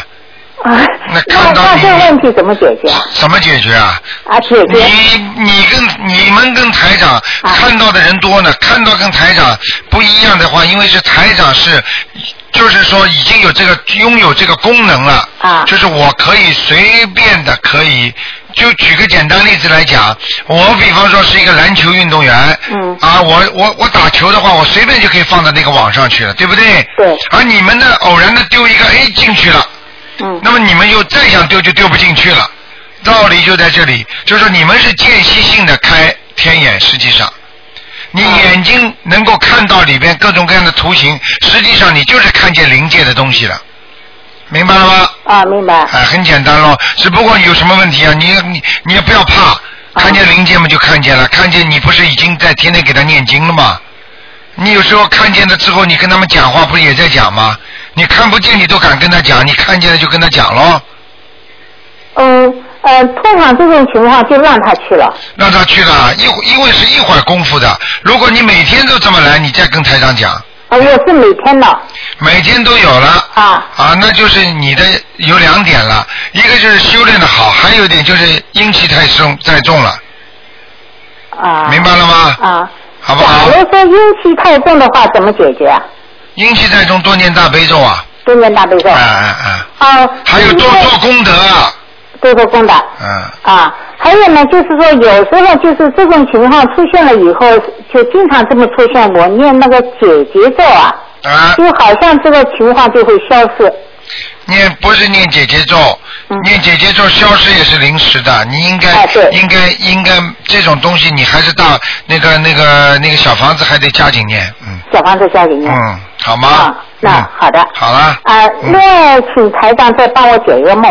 [SPEAKER 6] 啊，
[SPEAKER 2] 那
[SPEAKER 6] 那
[SPEAKER 2] 看到
[SPEAKER 6] 那
[SPEAKER 2] 你
[SPEAKER 6] 这问题怎么解决啊？
[SPEAKER 2] 怎么解决啊？
[SPEAKER 6] 啊，解决啊
[SPEAKER 2] 你你跟你们跟台长看到的人多呢，看到跟台长不一样的话，因为是台长是，就是说已经有这个拥有这个功能了，
[SPEAKER 6] 啊
[SPEAKER 2] 就是我可以随便的可以。就举个简单例子来讲，我比方说是一个篮球运动员，
[SPEAKER 6] 嗯
[SPEAKER 2] 啊，我我我打球的话，我随便就可以放到那个网上去了，对不对？
[SPEAKER 6] 对
[SPEAKER 2] 而你们呢，偶然的丢一个，哎，进去了，
[SPEAKER 6] 嗯
[SPEAKER 2] 那么你们又再想丢就丢不进去了，道理就在这里，就是你们是间歇性的开天眼，实际上，你
[SPEAKER 6] 嗯
[SPEAKER 2] 眼睛能够看到里边各种各样的图形，实际上你就是看见灵界的东西了，明白了吗？
[SPEAKER 6] 啊，明白
[SPEAKER 2] 哎，很简单咯，只不过有什么问题啊？你你你也不要怕，
[SPEAKER 6] 啊
[SPEAKER 2] 看见灵界嘛就看见了，看见你不是已经在天天给他念经了吗？你有时候看见了之后，你跟他们讲话不是也在讲吗？你看不见你都敢跟他讲，你看见了就跟他讲咯，
[SPEAKER 6] 嗯呃，通常这种情况就让他去了。
[SPEAKER 2] 让他去了，一会因为是一会儿功夫的。如果你每天都这么来，你再跟台长讲，
[SPEAKER 6] 啊，我是每天的
[SPEAKER 2] 每天都有了。
[SPEAKER 6] 啊
[SPEAKER 2] 啊，那就是你的有两点了，一个就是修炼的好，还有一点就是阴气太重太重了，
[SPEAKER 6] 啊。
[SPEAKER 2] 明白了吗？
[SPEAKER 6] 啊。
[SPEAKER 2] 好不
[SPEAKER 6] 假
[SPEAKER 2] 好？
[SPEAKER 6] 如说阴气太重的话，怎么解决啊？
[SPEAKER 2] 阴气在中多念大悲咒啊，
[SPEAKER 6] 多念大悲咒。
[SPEAKER 2] 啊
[SPEAKER 6] 哦、
[SPEAKER 2] 啊啊！还
[SPEAKER 6] 还
[SPEAKER 2] 有多做功德啊，
[SPEAKER 6] 多做功德。
[SPEAKER 2] 嗯，
[SPEAKER 6] 啊，还有呢，就是说有时候就是这种情况出现了以后，就经常这么出现。我念那个解结咒啊，
[SPEAKER 2] 啊，
[SPEAKER 6] 就好像这个情况就会消失。
[SPEAKER 2] 念不是念姐姐咒
[SPEAKER 6] 嗯，
[SPEAKER 2] 念姐姐咒消失也是临时的，你应该
[SPEAKER 6] 哎对
[SPEAKER 2] 应该应该这种东西你还是大那个那个那个小房子还得加紧念，嗯
[SPEAKER 6] 小房子家里念。
[SPEAKER 2] 嗯，好吗
[SPEAKER 6] 啊？，那
[SPEAKER 2] 嗯，
[SPEAKER 6] 好的。
[SPEAKER 2] 好了。
[SPEAKER 6] 啊，
[SPEAKER 2] 嗯
[SPEAKER 6] 另外请台长再帮我解一个梦。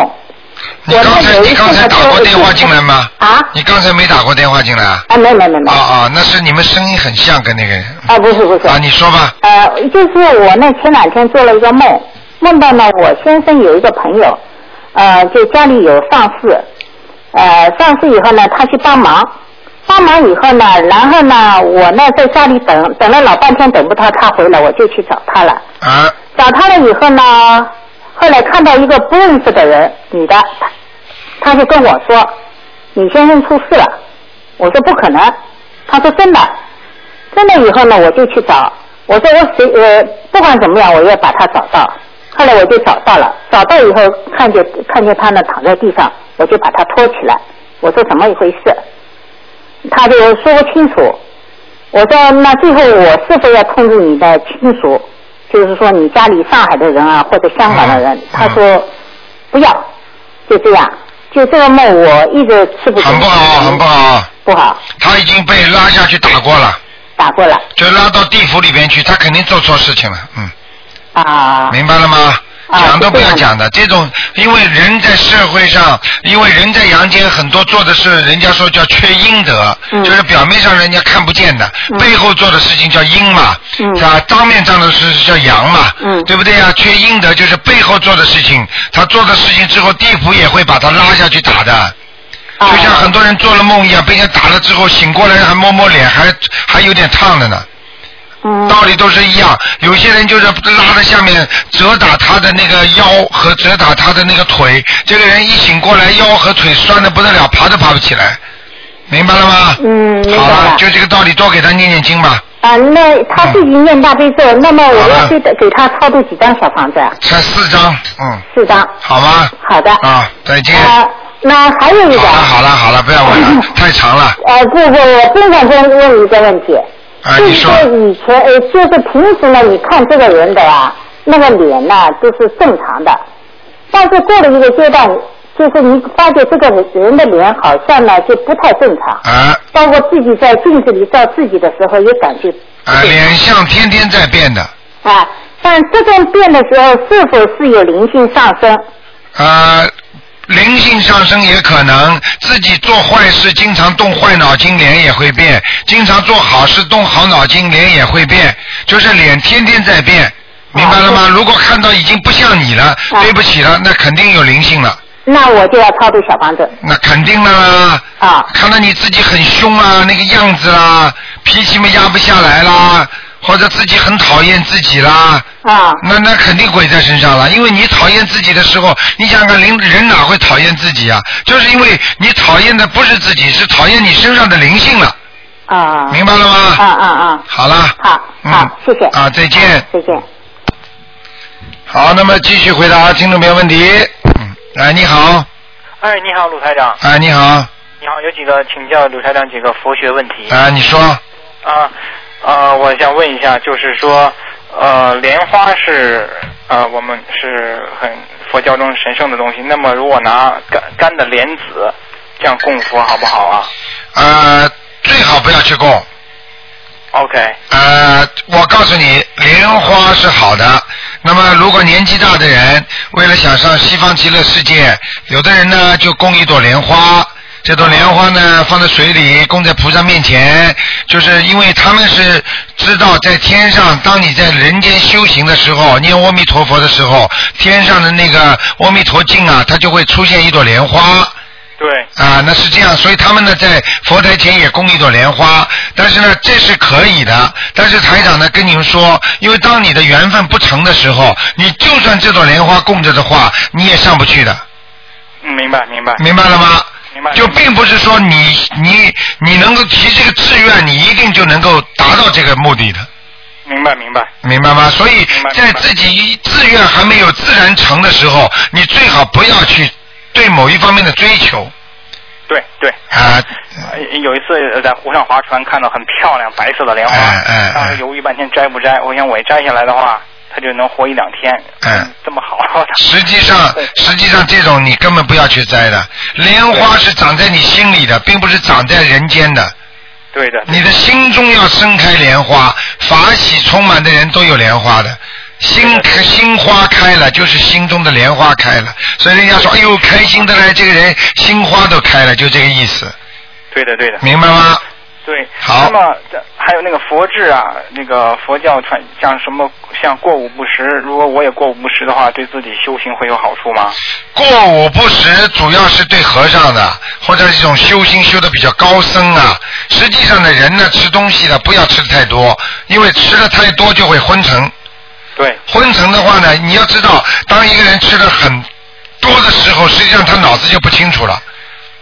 [SPEAKER 2] 你
[SPEAKER 6] 我
[SPEAKER 2] 刚
[SPEAKER 6] 那
[SPEAKER 2] 才
[SPEAKER 6] 有一
[SPEAKER 2] 你刚
[SPEAKER 6] 次
[SPEAKER 2] 才
[SPEAKER 6] 呢
[SPEAKER 2] 打
[SPEAKER 6] 就
[SPEAKER 2] 过
[SPEAKER 6] 是
[SPEAKER 2] 电话进来吗？
[SPEAKER 6] 啊
[SPEAKER 2] 你刚才没打过电话进来啊？
[SPEAKER 6] 啊，没没没没。
[SPEAKER 2] 啊啊，那是你们声音很像跟那个人
[SPEAKER 6] 啊，不是不是。
[SPEAKER 2] 啊，你说吧，
[SPEAKER 6] 呃，就是我呢，前两天做了一个梦，梦到呢，我先生有一个朋友，呃，就家里有丧事，呃，丧事以后呢，他去帮忙，帮忙以后呢，然后呢，我呢在家里等等了老半天，等不到他回来，我就去找他了。
[SPEAKER 2] 啊
[SPEAKER 6] 找他了以后呢，后来看到一个不认识的人，女的，她她就跟我说，你先生出事了。我说不可能，她说真的，真的以后呢，我就去找，我说我谁呃，不管怎么样，我要把他找到。后来我就找到了，找到以后看见看见他呢躺在地上，我就把他拖起来，我说怎么一回事？他就说不清楚。我说那最后我是否要通知你的亲属，就是说你家里上海的人啊或者香港的人？
[SPEAKER 2] 嗯
[SPEAKER 6] 他说不要，就这样。就这个梦我一直吃不
[SPEAKER 2] 很不好，哦很不，好，
[SPEAKER 6] 不好，
[SPEAKER 2] 他已经被拉下去打过了，
[SPEAKER 6] 打过了
[SPEAKER 2] 就拉到地府里边去，他肯定做错事情了，嗯，
[SPEAKER 6] 啊。
[SPEAKER 2] 明白了吗？
[SPEAKER 6] 啊
[SPEAKER 2] 讲都不要
[SPEAKER 6] 是这
[SPEAKER 2] 讲
[SPEAKER 6] 样
[SPEAKER 2] 的，这种因为人在社会上，因为人在阳间很多做的是人家说叫缺阴德，
[SPEAKER 6] 嗯
[SPEAKER 2] 就是表面上人家看不见的，背后做的事情叫阴嘛，
[SPEAKER 6] 嗯
[SPEAKER 2] 是吧？当面上的事叫阳嘛，
[SPEAKER 6] 嗯
[SPEAKER 2] 对不对啊？缺阴德就是背后做的事情，他做的事情之后，地府也会把他拉下去打的。
[SPEAKER 6] 啊
[SPEAKER 2] 就像很多人做了梦一样，被人家打了之后醒过来还摸摸脸，还还有点烫的呢。
[SPEAKER 6] 嗯
[SPEAKER 2] 道理都是一样，有些人就是拉着下面折打他的那个腰和折打他的那个腿，这个人一醒过来，腰和腿酸的不得了，爬都爬不起来，明白了吗？
[SPEAKER 6] 嗯，明白
[SPEAKER 2] 好了，
[SPEAKER 6] 了。
[SPEAKER 2] 就这个道理，多给他念念经吧，嗯
[SPEAKER 6] 啊，那他自己念大悲咒，那么我
[SPEAKER 2] 好
[SPEAKER 6] 要
[SPEAKER 2] 了
[SPEAKER 6] 给他给他超度几张小房子啊？
[SPEAKER 2] 才四张，嗯，
[SPEAKER 6] 四张。
[SPEAKER 2] 好吗？
[SPEAKER 6] 好的。
[SPEAKER 2] 啊，再见。
[SPEAKER 6] 啊，那还有一个
[SPEAKER 2] 好，了好了好了，不要问
[SPEAKER 6] [LAUGHS]
[SPEAKER 2] 了，太长了
[SPEAKER 6] 呃，不不，我正想问问一个问题，
[SPEAKER 2] 啊！
[SPEAKER 6] 就
[SPEAKER 2] 你
[SPEAKER 6] 是
[SPEAKER 2] 说
[SPEAKER 6] 说以前呃，就是平时呢，你看这个人的啊，那个脸呐、都是正常的，但是过了一个阶段，就是你发觉这个人的脸好像呢就不太正常，
[SPEAKER 2] 啊
[SPEAKER 6] 包括自己在镜子里照自己的时候也感觉
[SPEAKER 2] 啊，脸相天天在变的。
[SPEAKER 6] 啊，但这种变的时候是否是有灵性上升？
[SPEAKER 2] 啊呃，灵性上升也可能，自自己做坏事，经常动坏脑筋，脸也会变；经常做好事，动好脑筋，脸也会变。就是脸天天在变，明白了吗？
[SPEAKER 6] 啊
[SPEAKER 2] 如果看到已经不像你了，对不起了，那肯定有灵性了。
[SPEAKER 6] 那我就要超度小房子。
[SPEAKER 2] 那肯定的啦。
[SPEAKER 6] 啊。
[SPEAKER 2] 看到你自己很凶啊，那个样子啦，脾气嘛压不下来啦，或者自己很讨厌自己啦。
[SPEAKER 6] 啊。
[SPEAKER 2] 那那肯定鬼在身上了，因为你讨厌自己的时候，你想想看，人人哪会讨厌自己啊？就是因为你讨厌的不是自己，是讨厌你身上的灵性了。
[SPEAKER 6] 啊。
[SPEAKER 2] 明白了吗
[SPEAKER 6] 啊啊啊！
[SPEAKER 2] 好了。
[SPEAKER 6] 好，
[SPEAKER 2] 嗯。
[SPEAKER 6] 谢谢。
[SPEAKER 2] 啊，再见。
[SPEAKER 6] 再见。
[SPEAKER 2] 好，那么继续回答听众朋友问题。嗯，哎，你好，
[SPEAKER 7] 哎，你好，鲁台长。
[SPEAKER 2] 哎，你好，
[SPEAKER 7] 你好，有几个请教鲁台长几个佛学问题
[SPEAKER 2] 哎，你说，
[SPEAKER 7] 啊呃，我想问一下，就是说，呃，莲花是呃我们是很佛教中神圣的东西，那么如果拿干干的莲子这样供佛好不好啊
[SPEAKER 2] 呃，最好不要去供。
[SPEAKER 7] ？OK，
[SPEAKER 2] 呃，我告诉你，莲花是好的。那么，如果年纪大的人为了想上西方极乐世界，有的人呢就供一朵莲花。这朵莲花呢，放在水里，供在菩萨面前，就是因为他们是知道，在天上，当你在人间修行的时候，念阿弥陀佛的时候，天上的那个阿弥陀镜啊，它就会出现一朵莲花。
[SPEAKER 7] 对，
[SPEAKER 2] 啊，那是这样，所以他们呢在佛台前也供一朵莲花，但是呢这是可以的，但是台长呢跟你们说，因为当你的缘分不成的时候，你就算这朵莲花供着的话，你也上不去的，
[SPEAKER 7] 嗯，明白明白。
[SPEAKER 2] 明白了吗？
[SPEAKER 7] 明白。
[SPEAKER 2] 就并不是说你你你能够提这个志愿，你一定就能够达到这个目的的，
[SPEAKER 7] 明白明白。
[SPEAKER 2] 明白吗？所以
[SPEAKER 7] 明白
[SPEAKER 2] 在
[SPEAKER 7] 明白
[SPEAKER 2] 自己志愿还没有自然成的时候，你最好不要去对某一方面的追求
[SPEAKER 7] 对对。
[SPEAKER 2] 啊。
[SPEAKER 7] 呃有一次呃在湖上划船，看到很漂亮白色的莲花，
[SPEAKER 2] 哎哎
[SPEAKER 7] 当
[SPEAKER 2] 哎
[SPEAKER 7] 时犹豫半天摘不摘。我想我一摘下来的话，它就能活一两天，
[SPEAKER 2] 嗯，
[SPEAKER 7] 这么好。啊
[SPEAKER 2] 实际上，实际上这种你根本不要去摘的。莲花是长在你心里的，并不是长在人间的。
[SPEAKER 7] 对的，
[SPEAKER 2] 你的心中要盛开莲花，法喜充满的人都有莲花的。心开心花开了，就是心中的莲花开了。所以人家说，哎呦，开心的嘞，这个人心花都开了，就这个意思，
[SPEAKER 7] 对的，对的，
[SPEAKER 2] 明白吗？
[SPEAKER 7] 对。
[SPEAKER 2] 好
[SPEAKER 7] 那么这还有那个佛制啊，那个佛教传像什么像过午不食，如果我也过午不食的话，对自己修行会有好处吗？
[SPEAKER 2] 过午不食主要是对和尚的，或者这种修心修的比较高僧啊。实际上呢，人呢吃东西呢不要吃的太多，因为吃的太多就会昏沉。
[SPEAKER 7] 对，
[SPEAKER 2] 昏沉的话呢，你要知道，当一个人吃的很多的时候，实际上他脑子就不清楚了。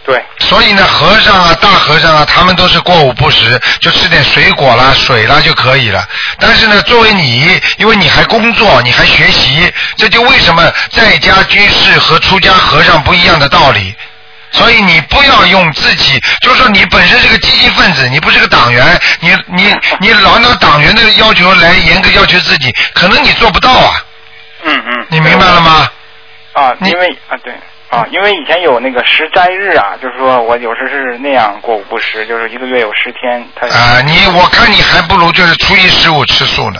[SPEAKER 7] 对，
[SPEAKER 2] 所以呢，和尚啊、大和尚啊，他们都是过午不食，就吃点水果啦、水啦就可以了。但是呢，作为你，因为你还工作，你还学习，这就为什么在家居士和出家和尚不一样的道理。所以你不要用自己，就是说你本身是个积极分子，你不是个党员，你你你老拿党员的要求来严格要求自己，可能你做不到啊，
[SPEAKER 7] 嗯嗯。
[SPEAKER 2] 你明白了吗？
[SPEAKER 7] 啊，
[SPEAKER 2] 你
[SPEAKER 7] 因为啊对。啊，因为以前有那个十斋日啊，就是说我有时是那样过午不食，就是一个月有十天，它
[SPEAKER 2] 啊、你我看你还不如就是初一十五吃素呢。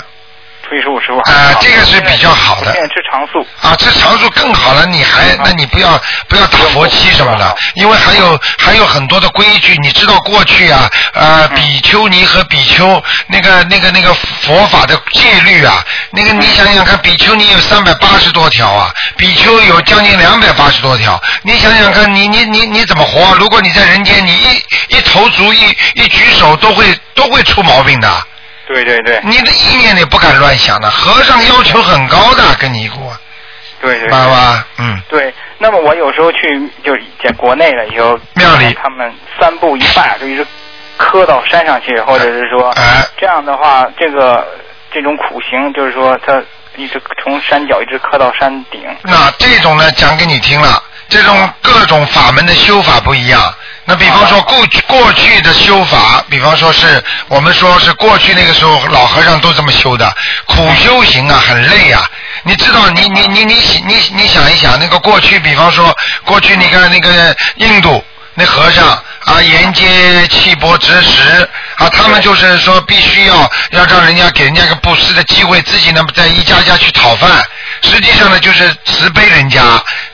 [SPEAKER 7] 初一十五、十五
[SPEAKER 2] 啊这个是比较好的
[SPEAKER 7] 现在吃长素，
[SPEAKER 2] 啊，吃长素更好了，你还
[SPEAKER 7] 啊
[SPEAKER 2] 那你不要不要打佛七什么的，因为还有还有很多的规矩，你知道过去啊，呃，比丘尼和比丘那个那个那个佛法的戒律啊，那个你想想看，比丘尼有三百八十多条啊，比丘有将近两百八十多条，你想想看，你你你你怎么活啊、如果你在人间，你一一投足一一举手都会都会出毛病的。
[SPEAKER 7] 对对对
[SPEAKER 2] 你的意念也不敢乱想的，和尚要求很高的，跟啊你一过，
[SPEAKER 7] 对对。
[SPEAKER 2] 明白吧？嗯。
[SPEAKER 7] 对，那么我有时候去就是在国内的以后，
[SPEAKER 2] 庙里
[SPEAKER 7] 他们三步一拜就一直磕到山上去，或者是说，
[SPEAKER 2] 哎
[SPEAKER 7] 这样的话，这个这种苦行就是说他一直从山脚一直磕到山顶。
[SPEAKER 2] 那这种呢，讲给你听了，这种各种法门的修法不一样。那比方说
[SPEAKER 7] 啊
[SPEAKER 2] 过去过去的修法，比方说是我们说是过去那个时候老和尚都这么修的，苦修行啊，很累啊。你知道，你你你你你你想一想，那个过去，比方说过去那个那个印度那和尚啊，沿街气钵直食啊，他们就是说必须要要让人家给人家一个布施的机会，自己呢在一家一家去讨饭。实际上呢，就是慈悲人家，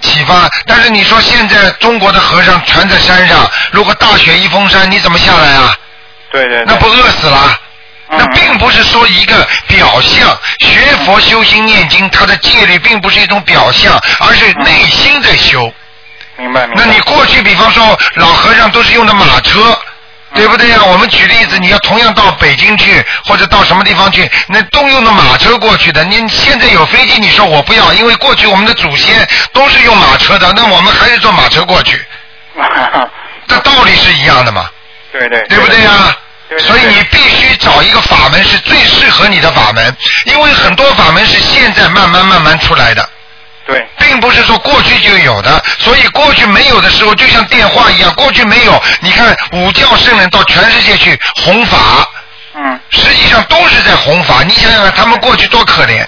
[SPEAKER 2] 启发。但是你说现在中国的和尚全在山上，如果大雪一封山，你怎么下来啊？
[SPEAKER 7] 对对
[SPEAKER 2] 那不饿死了？那并不是说一个表象，学佛修心念经，它的戒律并不是一种表象，而是内心在修。
[SPEAKER 7] 明白明白。
[SPEAKER 2] 那你过去，比方说老和尚都是用的马车，对不对呀、我们举例子，你要同样到北京去，或者到什么地方去，那都用的马车过去的。你现在有飞机，你说我不要，因为过去我们的祖先都是用马车的，那我们还是坐马车过去，这道理是一样的嘛，
[SPEAKER 7] [LAUGHS] 对对
[SPEAKER 2] 对不对呀、
[SPEAKER 7] 对对
[SPEAKER 2] 所以你必须找一个法门是最适合你的法门，因为很多法门是现在慢慢慢慢出来的。
[SPEAKER 7] 对，
[SPEAKER 2] 并不是说过去就有的，所以过去没有的时候，就像电话一样，过去没有。你看五教圣人到全世界去弘法，
[SPEAKER 7] 嗯，
[SPEAKER 2] 实际上都是在弘法。你想想看，他们过去多可怜，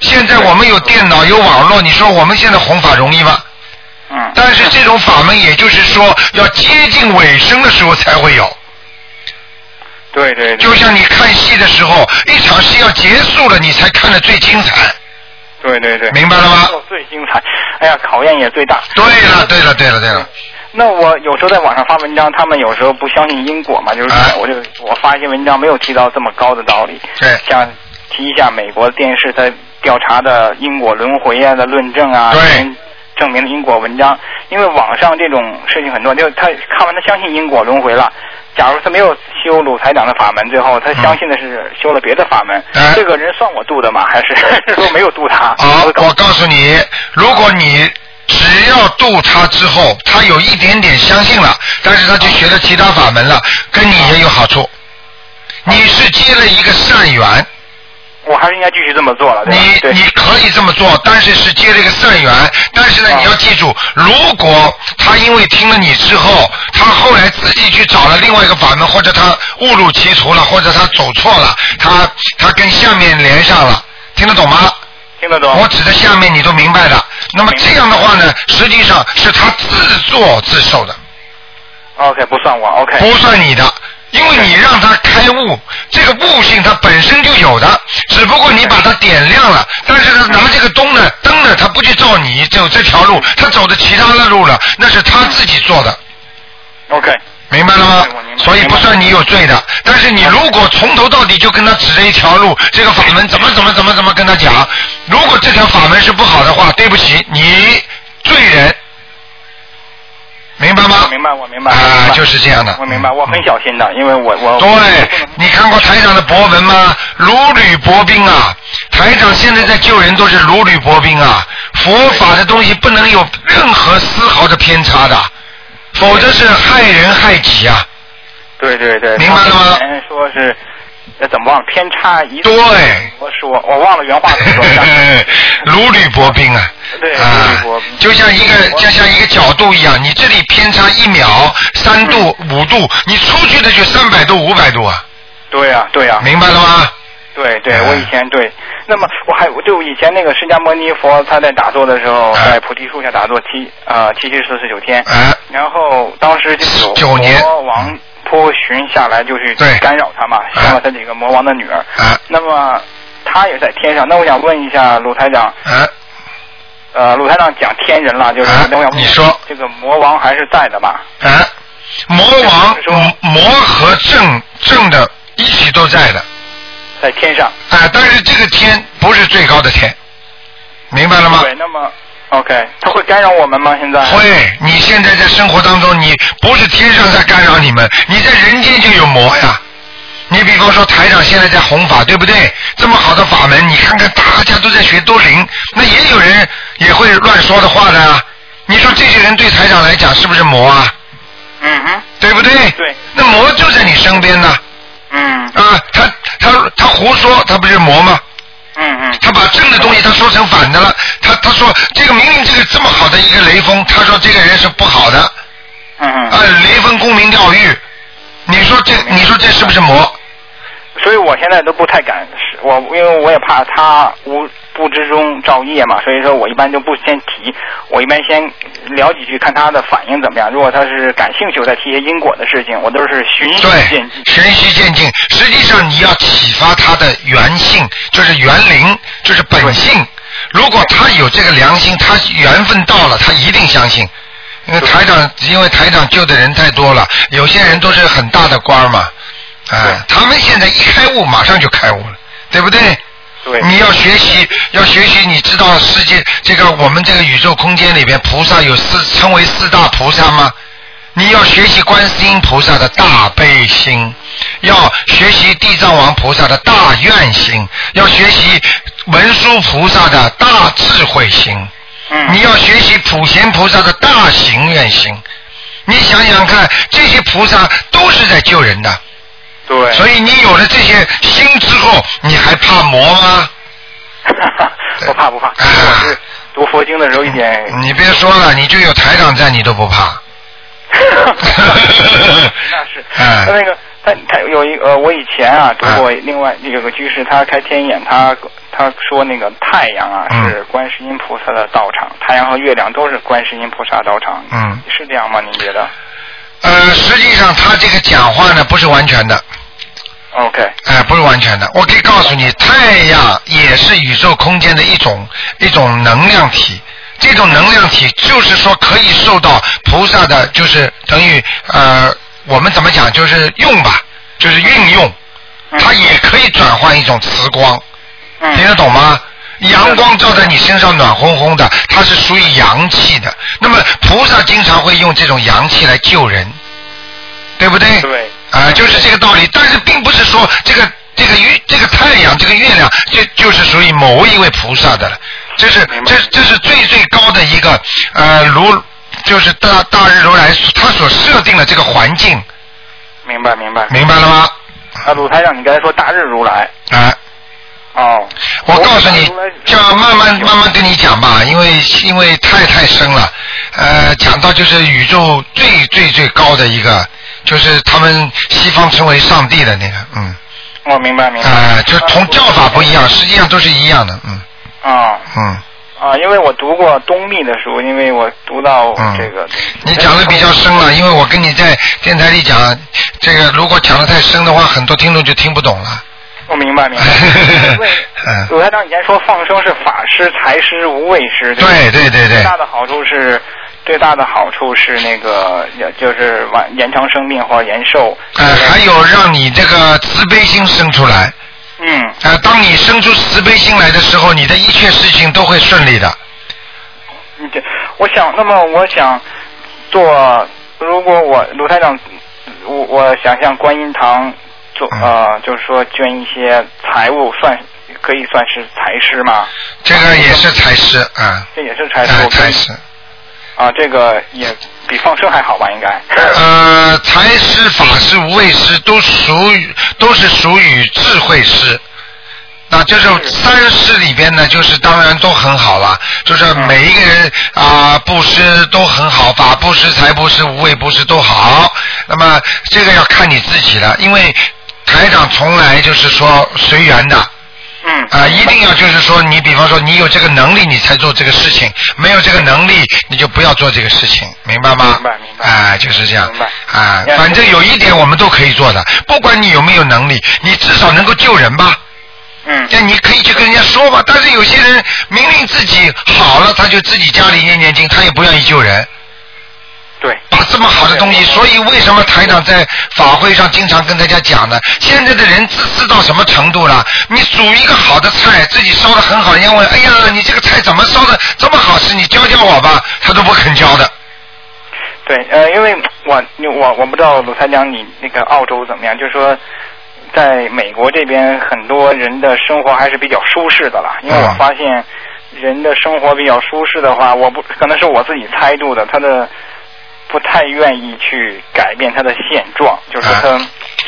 [SPEAKER 2] 现在我们有电脑有网络，你说我们现在弘法容易吗？
[SPEAKER 7] 嗯，
[SPEAKER 2] 但是这种法门，也就是说要接近尾声的时候才会有。
[SPEAKER 7] 对对对，
[SPEAKER 2] 就像你看戏的时候，一场戏要结束了，你才看得最精彩，
[SPEAKER 7] 对对对，
[SPEAKER 2] 明白了吗？
[SPEAKER 7] 最精彩，哎呀，考验也最大。
[SPEAKER 2] 对了，对了，对了，对了，
[SPEAKER 7] 那我有时候在网上发文章，他们有时候不相信因果嘛，就是
[SPEAKER 2] 哎
[SPEAKER 7] 我就我发一些文章没有提到这么高的道理，
[SPEAKER 2] 对
[SPEAKER 7] 像提一下美国电视在调查的因果轮回啊的论证啊，
[SPEAKER 2] 对
[SPEAKER 7] 证明证明的因果文章，因为网上这种事情很多，就是他看完他相信因果轮回了。假如他没有修鲁台长的法门，最后他相信的是修了别的法门，
[SPEAKER 2] 嗯哎
[SPEAKER 7] 这个人算我度的吗？还是 [LAUGHS] 是说没有度他？
[SPEAKER 2] 好，我告诉你，如果你只要度他之后，他有一点点相信了，但是他去学了其他法门了，跟你也有好处。你是接了一个善缘，
[SPEAKER 7] 我还是应该继续这么做了，对吧？
[SPEAKER 2] 你
[SPEAKER 7] 对
[SPEAKER 2] 你可以这么做，但是是接了一个善缘。但是呢，
[SPEAKER 7] 啊
[SPEAKER 2] 你要记住，如果他因为听了你之后，他后来自己去找了另外一个法门，或者他误入歧途了，或者他走错了，他他跟下面连上了，听得懂吗？
[SPEAKER 7] 听得懂？
[SPEAKER 2] 我指的下面你都明白的。那么这样的话呢，实际上是他自作自受的，
[SPEAKER 7] OK，不算我 OK。
[SPEAKER 2] 不算你的，因为你让他开悟，这个悟性他本身就有的，只不过你把它点亮了。但是他拿这个灯呢，灯呢，他不去照你走这条路，他走的其他的路了，那是他自己做的。
[SPEAKER 7] OK，
[SPEAKER 2] 明白了吗
[SPEAKER 7] 我明？白
[SPEAKER 2] 所以不算你有罪的，但是你如果从头到底就跟他指着一条路，这个法门怎么怎么怎么怎么跟他讲，如果这条法门是不好的话，对不起，你罪人，明白吗
[SPEAKER 7] 我？明白，我明白。我明
[SPEAKER 2] 啊，
[SPEAKER 7] 白
[SPEAKER 2] 就是这样的。
[SPEAKER 7] 我明白，
[SPEAKER 2] 嗯
[SPEAKER 7] 我很小心的，因为我我
[SPEAKER 2] 对，你看过台长的博文吗？如履薄冰啊！台长现在在救人都是如履薄冰啊！佛法的东西不能有任何丝毫的偏差的，否则是害人害己啊！
[SPEAKER 7] 对对对，
[SPEAKER 2] 明白了吗
[SPEAKER 7] 他之前说是那怎么忘了偏差一
[SPEAKER 2] 对，
[SPEAKER 7] 我说我忘了原话怎么说
[SPEAKER 2] [LAUGHS] 如履薄冰啊！
[SPEAKER 7] 对如
[SPEAKER 2] 啊
[SPEAKER 7] 履薄冰，
[SPEAKER 2] 就像一个就像一个角度一样，你这里偏差一秒、三度、五度，你出去的就三百度、五百度啊，
[SPEAKER 7] 对呀对呀，
[SPEAKER 2] 明白了吗？
[SPEAKER 7] 对对，
[SPEAKER 2] 啊
[SPEAKER 7] 我以前对。那么我还我就以前那个释迦牟尼佛他在打坐的时候，
[SPEAKER 2] 啊
[SPEAKER 7] 在菩提树下打坐七啊七七四十九天，
[SPEAKER 2] 啊，
[SPEAKER 7] 然后当时就是有
[SPEAKER 2] 九年
[SPEAKER 7] 魔王波旬下来就去
[SPEAKER 2] 对
[SPEAKER 7] 干扰他嘛，
[SPEAKER 2] 啊
[SPEAKER 7] 杀了他几个魔王的女儿。
[SPEAKER 2] 啊
[SPEAKER 7] 那么他也在天上，那我想问一下鲁台长，
[SPEAKER 2] 啊，
[SPEAKER 7] 呃，鲁台长讲天人了，就是、
[SPEAKER 2] 啊
[SPEAKER 7] 那我想问
[SPEAKER 2] 你说
[SPEAKER 7] 这个魔王还是在的吧？
[SPEAKER 2] 啊，魔王
[SPEAKER 7] 就是说
[SPEAKER 2] 魔和正正的一起都在的
[SPEAKER 7] 在天上，
[SPEAKER 2] 啊，但是这个天不是最高的天，明白了吗？
[SPEAKER 7] 对，那么 OK，他会干扰我们吗？现在
[SPEAKER 2] 会，你现在在生活当中，你不是天上在干扰你们，你在人间就有魔呀。你比方说台长现在在弘法，对不对？这么好的法门，你看看大家都在学都灵，那也有人也会乱说的话的啊。你说这些人对台长来讲是不是魔啊？
[SPEAKER 7] 嗯哼，
[SPEAKER 2] 对不对？
[SPEAKER 7] 对。
[SPEAKER 2] 那魔就在你身边呢，
[SPEAKER 7] 嗯
[SPEAKER 2] 啊，他他他胡说，他不是魔吗？
[SPEAKER 7] 嗯嗯，
[SPEAKER 2] 他把正的东西他说成反的了，他他说这个明明这个这么好的一个雷锋，他说这个人是不好的，
[SPEAKER 7] 嗯
[SPEAKER 2] 啊
[SPEAKER 7] 嗯，，
[SPEAKER 2] 雷锋沽名钓誉，你说这你说这是不是魔？
[SPEAKER 7] 所以我现在都不太敢，是我因为我也怕他无不知中造业嘛，所以说我一般就不先提，我一般先聊几句，看他的反应怎么样。如果他是感兴趣，我再提一些因果的事情，我都是循序嗯渐进。
[SPEAKER 2] 循序渐进。实际上你要启发他的原性，就是原灵，就是本性。如果他有这个良心，他缘分到了，他一定相信。因为台长，因为台长救的人太多了，有些人都是很大的官儿嘛，哎、他们现在一开悟，马上就开悟了，对不对？
[SPEAKER 7] 对
[SPEAKER 2] 你要学习，要学习，你知道世界这个我们这个宇宙空间里边，菩萨有四称为四大菩萨吗？你要学习观世音菩萨的大悲心，要学习地藏王菩萨的大愿心，要学习文殊菩萨的大智慧心。
[SPEAKER 7] 嗯
[SPEAKER 2] 你要学习普贤菩萨的大行愿心。你想想看，这些菩萨都是在救人的。
[SPEAKER 7] 对。
[SPEAKER 2] 所以你有了这些心之后，你还怕魔吗？ [LAUGHS]
[SPEAKER 7] 不怕
[SPEAKER 2] 哎
[SPEAKER 7] 不怕，因为我是读佛经的时候一点
[SPEAKER 2] 你别说了，你就有台长在，你都不怕。
[SPEAKER 7] [LAUGHS] 那是，
[SPEAKER 2] 哎
[SPEAKER 7] 他那个他他有一呃，我以前啊读过另外有个居士，他开天眼，他他说那个太阳啊
[SPEAKER 2] 嗯
[SPEAKER 7] 是观世音菩萨的道场，太阳和月亮都是观世音菩萨道场，
[SPEAKER 2] 嗯，
[SPEAKER 7] 是这样吗？您觉得
[SPEAKER 2] 呃，实际上他这个讲话呢，不是完全的。
[SPEAKER 7] ？OK，
[SPEAKER 2] 哎、不是完全的。我可以告诉你，太阳也是宇宙空间的一种一种能量体。这种能量体就是说可以受到菩萨的，就是等于呃，我们怎么讲，就是用吧，就是运用，
[SPEAKER 7] 嗯
[SPEAKER 2] 它也可以转换一种磁光，听嗯得懂吗？阳光照在你身上暖烘烘的，它是属于阳气的。那么菩萨经常会用这种阳气来救人，对不对？
[SPEAKER 7] 对。
[SPEAKER 2] 啊、就是这个道理。但是并不是说这个这个月这个太阳这个月亮就就是属于某一位菩萨的了，这是这这是最最高的一个呃如就是大大日如来他所设定的这个环境，
[SPEAKER 7] 明白明白。
[SPEAKER 2] 明白了吗？
[SPEAKER 7] 啊，鲁台长，你刚才说大日如来，
[SPEAKER 2] 啊、
[SPEAKER 7] 哦，
[SPEAKER 2] 我告诉你，就要慢慢慢慢跟你讲吧，因为因为太太深了，呃，讲到就是宇宙最最最高的一个，就是他们西方称为上帝的那个，嗯，
[SPEAKER 7] 我明白明白。
[SPEAKER 2] 啊、就是同叫法不一样，实际上都是一样的，嗯
[SPEAKER 7] 啊
[SPEAKER 2] 嗯，
[SPEAKER 7] 啊，因为我读过东密的书，因为我读到这个，
[SPEAKER 2] 嗯你讲的
[SPEAKER 7] [LAUGHS]
[SPEAKER 2] 比较深了，因为我跟你在电台里讲，这个如果讲的太深的话，很多听众就听不懂了，
[SPEAKER 7] 我明白明白。因为
[SPEAKER 2] [LAUGHS] 嗯，
[SPEAKER 7] 鲁台长以前说放生是法师、财师、无畏师。吧
[SPEAKER 2] 对对对对
[SPEAKER 7] 最大的好处是，最大的好处是那个，就是晚延长生命或者延寿。
[SPEAKER 2] 呃，还有让你这个慈悲心生出来。
[SPEAKER 7] 嗯，
[SPEAKER 2] 呃，当你生出慈悲心来的时候，你的一切事情都会顺利的。
[SPEAKER 7] 你这，我想，那么我想做，如果我鲁台长，我我想向观音堂做，
[SPEAKER 2] 嗯
[SPEAKER 7] 呃，就是说捐一些财物，算可以算是财师吗？
[SPEAKER 2] 这个也是财师啊，
[SPEAKER 7] 这也是财师，
[SPEAKER 2] 呃，
[SPEAKER 7] 我可
[SPEAKER 2] 财
[SPEAKER 7] 以
[SPEAKER 2] 师，
[SPEAKER 7] 啊，这个也比放生还好吧？应该。
[SPEAKER 2] 呃，财师、法师、无畏师都属于都是属于智慧师。那就是
[SPEAKER 7] 嗯
[SPEAKER 2] 三师里边呢，就是当然都很好了，就是每一个人啊、布施都很好，法布施、财布施、无畏布施都好。那么这个要看你自己了，因为台长从来就是说随缘的，
[SPEAKER 7] 嗯，
[SPEAKER 2] 啊、一定要就是说，你比方说你有这个能力，你才做这个事情；没有这个能力，你就不要做这个事情，明白吗？
[SPEAKER 7] 明白明
[SPEAKER 2] 白。啊、就是这样。
[SPEAKER 7] 明白
[SPEAKER 2] 啊、反正有一点我们都可以做的，不管你有没有能力，你至少能够救人吧。
[SPEAKER 7] 嗯。
[SPEAKER 2] 那你可以去跟人家说吧，但是有些人明明自己好了，他就自己家里念念经，他也不愿意救人。
[SPEAKER 7] 对。
[SPEAKER 2] 把这么好的东西，所以为什么台长在法会上经常跟大家讲呢？现在的人自私到什么程度了？你煮一个好的菜，自己烧的很好，人家问，哎呀，你这个菜怎么烧的这么好吃？你教教我吧，他都不肯教的。
[SPEAKER 7] 对，呃，因为我我我不知道鲁台长你那个澳洲怎么样，就是说，在美国这边很多人的生活还是比较舒适的啦，因为我
[SPEAKER 2] 嗯
[SPEAKER 7] 发现人的生活比较舒适的话，我不可能是我自己猜度的，他的不太愿意去改变他的现状，就是
[SPEAKER 2] 啊
[SPEAKER 7] 他，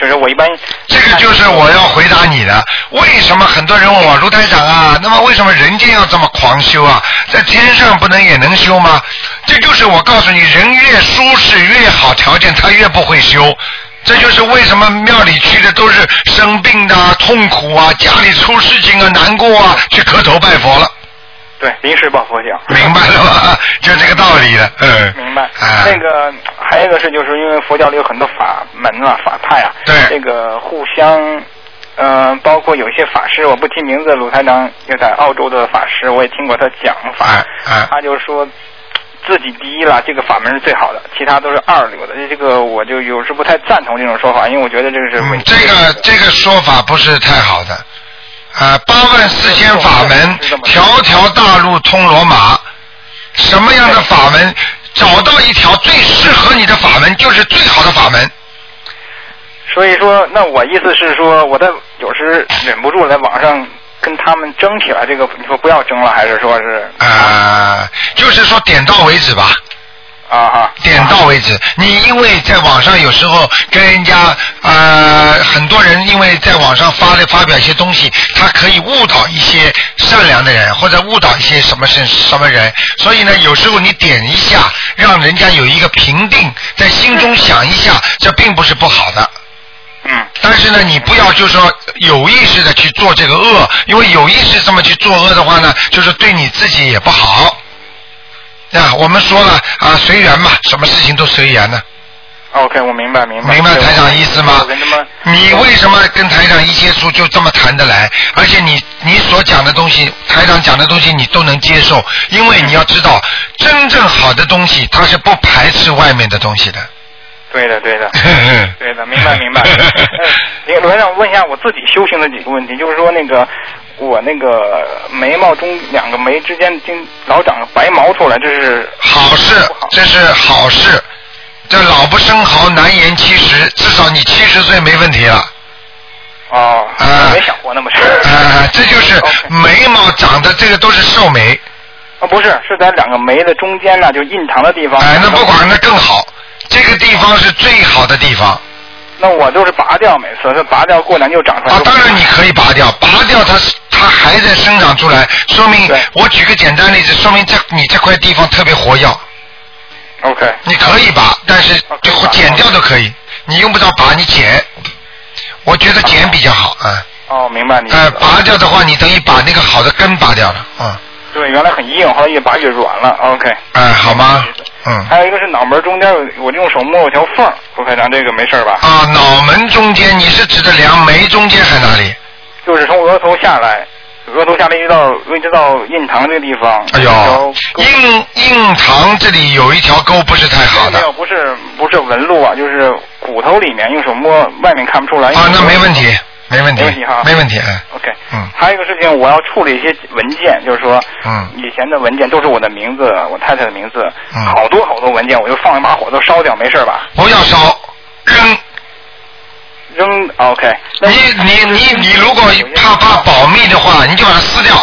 [SPEAKER 7] 就是我一般
[SPEAKER 2] 这个就是我要回答你的。为什么很多人问我卢台长啊？那么为什么人间要这么狂修啊？在天上不能也能修吗？这就是我告诉你，人越舒适越好条件，他越不会修。这就是为什么庙里去的都是生病的、啊、痛苦啊、家里出事情啊、难过啊，去磕头拜佛了。
[SPEAKER 7] 对，临时抱佛脚。
[SPEAKER 2] 明白了吧？就这个道理了。嗯。
[SPEAKER 7] 明白。
[SPEAKER 2] 啊
[SPEAKER 7] 那个还有一个是，就是因为佛教里有很多法门啊、法派啊，
[SPEAKER 2] 对
[SPEAKER 7] 这个互相。呃，包括有些法师，我不记名字，鲁台长又在澳洲的法师，我也听过他讲法，
[SPEAKER 2] 哎哎
[SPEAKER 7] 他就说自己第一了，这个法门是最好的，其他都是二流的。这个我就有时不太赞同这种说法，因为我觉得这个是伪
[SPEAKER 2] 嗯，这个这个说法不是太好的。啊，八万四千法门
[SPEAKER 7] 是这么，
[SPEAKER 2] 条
[SPEAKER 7] 说
[SPEAKER 2] 条大路通罗马。什么样的法门，找到一条最适合你的法门，就是最好的法门。
[SPEAKER 7] 所以说，那我意思是说，我在有时忍不住在网上跟他们争起来，这个你说不要争了，还是说是
[SPEAKER 2] 啊，就是说点到为止吧。
[SPEAKER 7] 啊啊？
[SPEAKER 2] 点到为止。你因为在网上有时候跟人家呃，很多人因为在网上发了发表一些东西，他可以误导一些善良的人，或者误导一些什么什什么人。所以呢，有时候你点一下，让人家有一个评定，在心中想一下，这并不是不好的。
[SPEAKER 7] 嗯
[SPEAKER 2] 但是呢，你不要就是说有意识的去做这个恶，因为有意识这么去做恶的话呢，就是对你自己也不好。啊，我们说了啊，随缘嘛，什么事情都随缘呢，
[SPEAKER 7] ，OK，我明白明白。
[SPEAKER 2] 明白
[SPEAKER 7] 对
[SPEAKER 2] 台长意思吗
[SPEAKER 7] 我跟他们，？
[SPEAKER 2] 你
[SPEAKER 7] 嗯
[SPEAKER 2] 为什么跟台长一接触就这么谈得来？而且你你所讲的东西，台长讲的东西你都能接受，因为你要知道，真正好的东西它是不排斥外面的东西的。
[SPEAKER 7] 对的
[SPEAKER 2] [LAUGHS]
[SPEAKER 7] 对的。对的，明白明白。呃，罗让我问一下我自己修行的几个问题，就是说那个我那个眉毛中两个眉之间经老长白毛出来，这是
[SPEAKER 2] 好事
[SPEAKER 7] 不好，
[SPEAKER 2] 这是好事。这老不生蚝，难言七十，至少你七十岁没问题了。
[SPEAKER 7] 哦，
[SPEAKER 2] 啊
[SPEAKER 7] 我没想过那么深。
[SPEAKER 2] 呃，这
[SPEAKER 7] [LAUGHS]
[SPEAKER 2] 就是眉毛长的，这个都是寿眉。
[SPEAKER 7] 啊，不是，是在两个眉的中间呢，就印堂的地方。
[SPEAKER 2] 哎、那不管那更好，这个地方是最好的地方
[SPEAKER 7] 那我就是拔掉，每次是拔掉，过两天就长出来。
[SPEAKER 2] 啊。当然你可以拔掉，拔掉它是它还在生长出来，说明
[SPEAKER 7] 对
[SPEAKER 2] 我举个简单例子，说明这你这块地方特别活跃，
[SPEAKER 7] OK，
[SPEAKER 2] 你可以拔，但是
[SPEAKER 7] 啊可
[SPEAKER 2] 就
[SPEAKER 7] 以拔
[SPEAKER 2] 剪掉都可以，你用不着拔，你剪。我觉得剪比较好啊。
[SPEAKER 7] 哦，明白你。
[SPEAKER 2] 呃，拔掉的话，你等于把那个好的根拔掉了，嗯，
[SPEAKER 7] 对，原来很硬，后来越拔越软了。OK。
[SPEAKER 2] 哎、好吗？嗯，
[SPEAKER 7] 还有一个是脑门中间，有，我用手摸有条缝，我看咱这个没事儿吧？
[SPEAKER 2] 啊，脑门中间，你是指的梁眉中间还哪里？
[SPEAKER 7] 就是从额头下来，额头下来一直到一直到印堂这个地方。
[SPEAKER 2] 哎
[SPEAKER 7] 然
[SPEAKER 2] 呦
[SPEAKER 7] 后，
[SPEAKER 2] 印印堂这里有一条沟，不是太好
[SPEAKER 7] 没
[SPEAKER 2] 的
[SPEAKER 7] 有，不是不是纹路啊，就是骨头里面用手摸，外面看不出来。
[SPEAKER 2] 啊，那没问题。，没问题
[SPEAKER 7] 没问题哈，
[SPEAKER 2] 没问题，哎
[SPEAKER 7] OK，
[SPEAKER 2] 嗯
[SPEAKER 7] 还有一个事情，我要处理一些文件，就是说，
[SPEAKER 2] 嗯
[SPEAKER 7] 以前的文件都是我的名字，我太太的名字，
[SPEAKER 2] 嗯
[SPEAKER 7] 好多好多文件，我就放一把火都烧掉，没事吧？
[SPEAKER 2] 不要烧，扔。
[SPEAKER 7] 扔啊 OK，那
[SPEAKER 2] 你你你你如果怕怕保密的话，你就把它撕掉，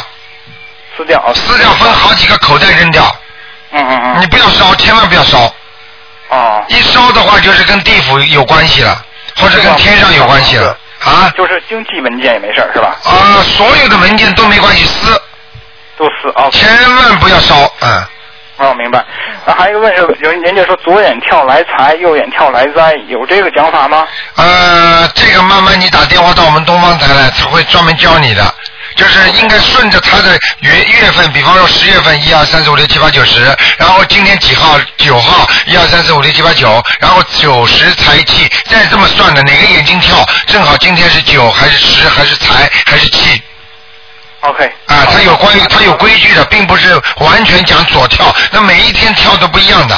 [SPEAKER 7] 撕掉，哦
[SPEAKER 2] 撕掉分好几个口袋扔掉，
[SPEAKER 7] 嗯嗯嗯，
[SPEAKER 2] 你不要烧，千万不要烧。
[SPEAKER 7] 哦，
[SPEAKER 2] 一烧的话，就是跟地府有关系了，或者跟天上有关系了啊
[SPEAKER 7] [LAUGHS] 就是经济文件也没事儿是吧？
[SPEAKER 2] 啊！所有的文件都没关系，撕，
[SPEAKER 7] 都撕 OK，
[SPEAKER 2] 千万不要烧，嗯，
[SPEAKER 7] 哦，明白。啊，还有一个问是，有人家说左眼跳来财，右眼跳来灾，有这个讲法吗？
[SPEAKER 2] 呃，这个慢慢你打电话到我们东方台来，他会专门教你的。就是应该顺着他的月月份，比方说十月份一二三四五六七八九十，然后今天几号九号一二三四五六七八九，然后九十财气，再这么算的，哪个眼睛跳，正好今天是九还是十还是财还是气，
[SPEAKER 7] OK，
[SPEAKER 2] 啊，它有关于它有规矩的，并不是完全讲左跳，那每一天跳都不一样的。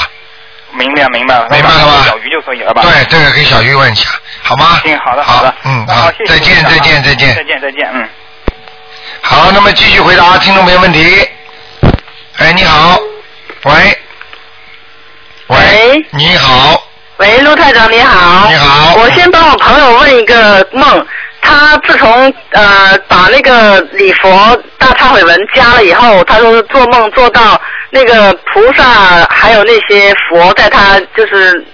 [SPEAKER 7] 明白明白了，
[SPEAKER 2] 明白了吧
[SPEAKER 7] 小鱼就可以了吧？
[SPEAKER 2] 对，这个给小玉问一下，好吗？
[SPEAKER 7] 行，好的
[SPEAKER 2] 好
[SPEAKER 7] 的，
[SPEAKER 2] 嗯，
[SPEAKER 7] 那好
[SPEAKER 2] 好，，
[SPEAKER 7] 谢谢
[SPEAKER 2] 再见，
[SPEAKER 7] 您啊
[SPEAKER 2] 再见，再
[SPEAKER 7] 再
[SPEAKER 2] 见。
[SPEAKER 7] 见再见，嗯。
[SPEAKER 2] 好，那么继续回答听众朋友问题。哎，你好，喂，
[SPEAKER 8] 喂，
[SPEAKER 2] 你好，
[SPEAKER 8] 喂，陆台长你好。
[SPEAKER 2] 你好
[SPEAKER 8] 我先帮我朋友问一个梦，他自从呃把那个礼佛大忏悔文加了以后，他说是做梦做到那个菩萨还有那些佛在他就是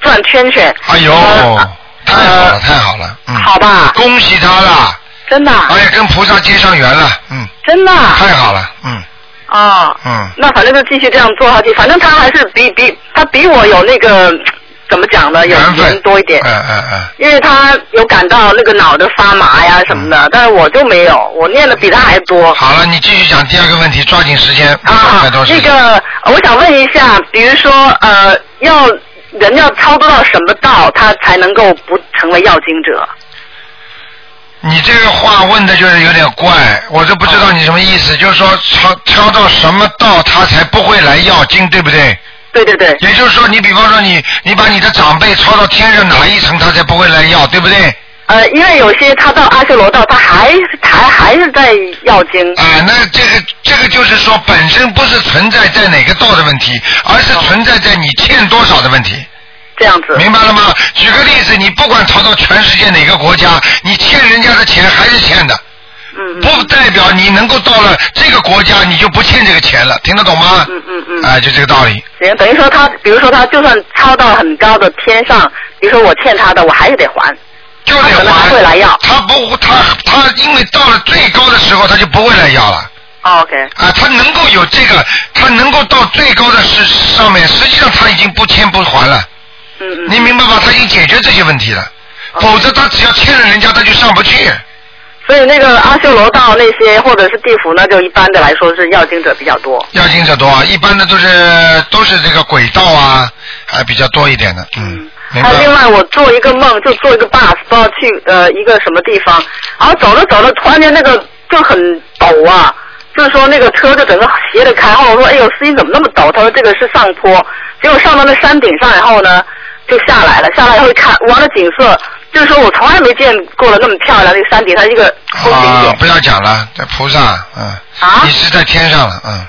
[SPEAKER 8] 转圈圈。
[SPEAKER 2] 哎呦
[SPEAKER 8] 呃，
[SPEAKER 2] 太好了，太好了，嗯，
[SPEAKER 8] 好吧，
[SPEAKER 2] 恭喜他了，
[SPEAKER 8] 真的啊，
[SPEAKER 2] 哎呀，跟菩萨接上缘了，嗯，
[SPEAKER 8] 真的啊
[SPEAKER 2] 太好了，嗯
[SPEAKER 8] 啊。
[SPEAKER 2] 嗯，
[SPEAKER 8] 那反正就继续这样做下去，反正他还是比比他比我有那个。
[SPEAKER 4] 怎么讲呢？有
[SPEAKER 2] 缘分
[SPEAKER 4] 钱多一点，
[SPEAKER 2] 嗯嗯嗯，
[SPEAKER 4] 因为他有感到那个脑袋发麻呀什么
[SPEAKER 2] 嗯
[SPEAKER 4] 的，但是我就没有，我念的比他还多。
[SPEAKER 2] 好了，你继续讲第二个问题，抓紧时间，
[SPEAKER 4] 啊
[SPEAKER 2] 太多，时
[SPEAKER 4] 那
[SPEAKER 2] 间。
[SPEAKER 4] 个我想问一下，比如说呃，要人要操作到什么道，他才能够不成为要经者？
[SPEAKER 2] 你这个话问的就是有点怪，我都不
[SPEAKER 4] 啊
[SPEAKER 2] 知道你什么意思，就是说超超到什么道他才不会来要经，对不对？
[SPEAKER 4] 对对对，
[SPEAKER 2] 也就是说，你比方说你你把你的长辈超到天上哪一层，他才不会来要，对不对？
[SPEAKER 4] 呃，因为有些他到阿修罗道，他还还还是在要经。
[SPEAKER 2] 啊、那这个这个就是说，本身不是存在在哪个道的问题，而
[SPEAKER 4] 哦
[SPEAKER 2] 是存在在你欠多少的问题，
[SPEAKER 4] 这样子。
[SPEAKER 2] 明白了吗？举个例子，你不管逃到全世界哪个国家，你欠人家的钱还是欠的，
[SPEAKER 4] 嗯嗯
[SPEAKER 2] 不代表你能够到了这个国家你就不欠这个钱了，听得懂吗？
[SPEAKER 4] 嗯嗯嗯
[SPEAKER 2] 啊、就这个道理。
[SPEAKER 4] 行，等于说他，比如说他就算超到很高的天上，比如说我欠他的，我还是得还。
[SPEAKER 2] 就得
[SPEAKER 4] 他可能
[SPEAKER 2] 还，
[SPEAKER 4] 还会来要
[SPEAKER 2] 他不，他他因为到了最高的时候，他就不会来要了。
[SPEAKER 4] 哦 OK，
[SPEAKER 2] 啊，他能够有这个，他能够到最高的是上面，实际上他已经不欠不还了。
[SPEAKER 4] 嗯嗯。哦
[SPEAKER 2] 你明白吗？他已经解决这些问题了，否则他只要欠了人家，他就上不去。
[SPEAKER 4] 所以那个阿修罗道那些或者是地府，那就一般的来说是要经者比较多。
[SPEAKER 2] 要经者多啊，一般的都是都是这个轨道啊，还比较多一点的，嗯，明白
[SPEAKER 4] 还有另
[SPEAKER 2] 吗。
[SPEAKER 4] 外，我做一个梦，就做一个 bus，不知道去呃一个什么地方，然后走着走着，突然间那个就很陡啊，就是说那个车就整个斜着开，然后我说哎呦司机怎么那么陡？他说这个是上坡，结果上到那山顶上，然后呢就下来了，下来以后一看，哇那景色，就是说我从来没见过的那么漂亮，那个山顶上一个风景
[SPEAKER 2] 啊，
[SPEAKER 4] 点
[SPEAKER 2] 不要讲了，这菩萨，嗯，
[SPEAKER 4] 啊
[SPEAKER 2] 你是在天上了，嗯，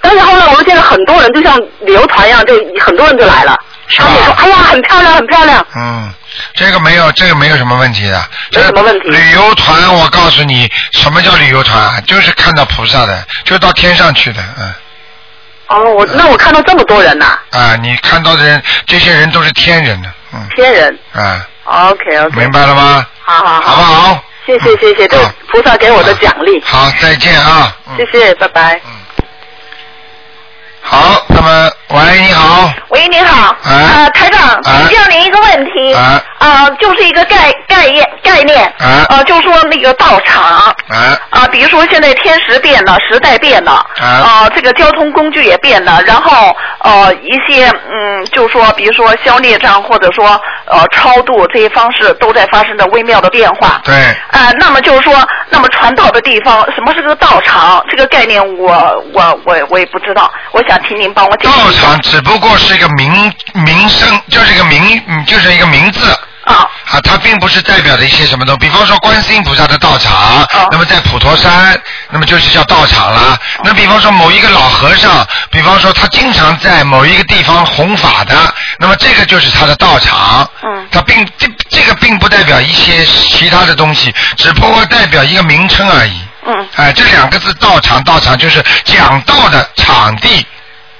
[SPEAKER 4] 但是后来我们见到很多人，就像旅游团一样，就很多人就来了。
[SPEAKER 2] 是
[SPEAKER 4] 他们也说：“
[SPEAKER 2] 吧？
[SPEAKER 4] 哎呀，很漂亮，很漂亮。
[SPEAKER 2] 嗯，这个没有，这个没有什么问题的。
[SPEAKER 4] 没什么问题
[SPEAKER 2] 旅游团，我告诉你，什么叫旅游团啊？就是看到菩萨的，就是到天上去的，嗯。”
[SPEAKER 4] 哦，我那我看到这么多人呐、
[SPEAKER 2] 啊，你看到的人，这些人都是天人的，嗯，
[SPEAKER 4] 天人。
[SPEAKER 2] 啊，
[SPEAKER 4] OK OK，
[SPEAKER 2] 明白了吗？
[SPEAKER 4] 好好
[SPEAKER 2] 好
[SPEAKER 4] 好，
[SPEAKER 2] 不好？
[SPEAKER 4] 谢谢谢谢，这
[SPEAKER 2] 好
[SPEAKER 4] 是菩萨给我的奖励，
[SPEAKER 2] 好，再见啊。嗯
[SPEAKER 4] 谢谢，拜拜。
[SPEAKER 2] 好，那么，喂，你好，
[SPEAKER 3] 喂，您好，
[SPEAKER 5] 啊
[SPEAKER 2] 哎
[SPEAKER 3] 呃，台长，
[SPEAKER 2] 哎
[SPEAKER 3] 请教您一个问题，
[SPEAKER 2] 哎
[SPEAKER 3] 呃，就是一个概概念概念，
[SPEAKER 2] 哎
[SPEAKER 3] 呃，就说那个道场，
[SPEAKER 2] 哎，
[SPEAKER 3] 啊、比如说现在天时变了，时代变了，
[SPEAKER 2] 啊
[SPEAKER 3] 呃，这个交通工具也变了，然后呃，一些嗯，就说比如说消孽障或者说呃超度这些方式都在发生着微妙的变化。
[SPEAKER 2] 对，
[SPEAKER 3] 呃，那么就是说，那么传道的地方，什么是个道场？这个概念我我我我也不知道，我想请您帮我解释
[SPEAKER 2] 道
[SPEAKER 3] 一下。
[SPEAKER 2] 场只不过是一个名名声，就是一个名，嗯就是一个名字。
[SPEAKER 3] 啊，
[SPEAKER 2] 啊，它并不是代表的一些什么东西，比方说观世音菩萨的道场，那么在普陀山，那么就是叫道场啦。那比方说某一个老和尚，比方说他经常在某一个地方弘法的，那么这个就是他的道场。嗯，他并这这个并不代表一些其他的东西，只不过代表一个名称而已。
[SPEAKER 3] 嗯
[SPEAKER 2] 哎，这两个字道场，道场就是讲道的场地，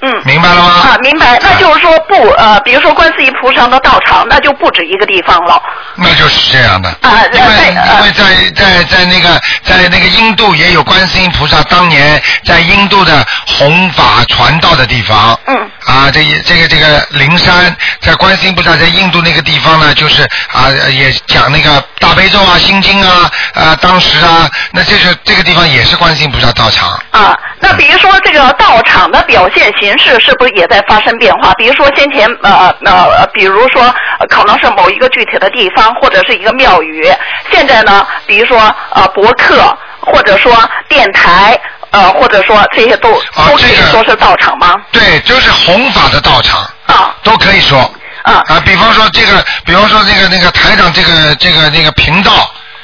[SPEAKER 3] 嗯。
[SPEAKER 2] 明白了吗？
[SPEAKER 3] 啊，明白。那就是说不呃，比如说观世音菩萨的道场，那就不止一个地方了。
[SPEAKER 2] 那就是这样的，
[SPEAKER 3] 啊
[SPEAKER 2] 因为
[SPEAKER 3] 那
[SPEAKER 2] 因为在在在那个在那个印度也有观世音菩萨当年在印度的弘法传道的地方，
[SPEAKER 3] 嗯，
[SPEAKER 2] 啊，这也这个这个灵山，在观世音菩萨在印度那个地方呢，就是啊也讲那个大悲咒啊、心经啊，啊当时啊，那这是这个地方也是观世音菩萨道场，
[SPEAKER 3] 啊，那比如说这个道场的表现形式是不是也在发生变化？比如说先前呃呃，比如说、呃可能是某一个具体的地方或者是一个庙宇，现在呢，比如说呃博客或者说电台呃或者说这些都、
[SPEAKER 2] 啊
[SPEAKER 3] 都可以
[SPEAKER 2] 这个
[SPEAKER 3] 说是道场吗？
[SPEAKER 2] 对，就是弘法的道场，
[SPEAKER 3] 啊
[SPEAKER 2] 都可以说。
[SPEAKER 3] 啊
[SPEAKER 2] 啊，比方说这个，比方说这个那个台长这个这个那个频道。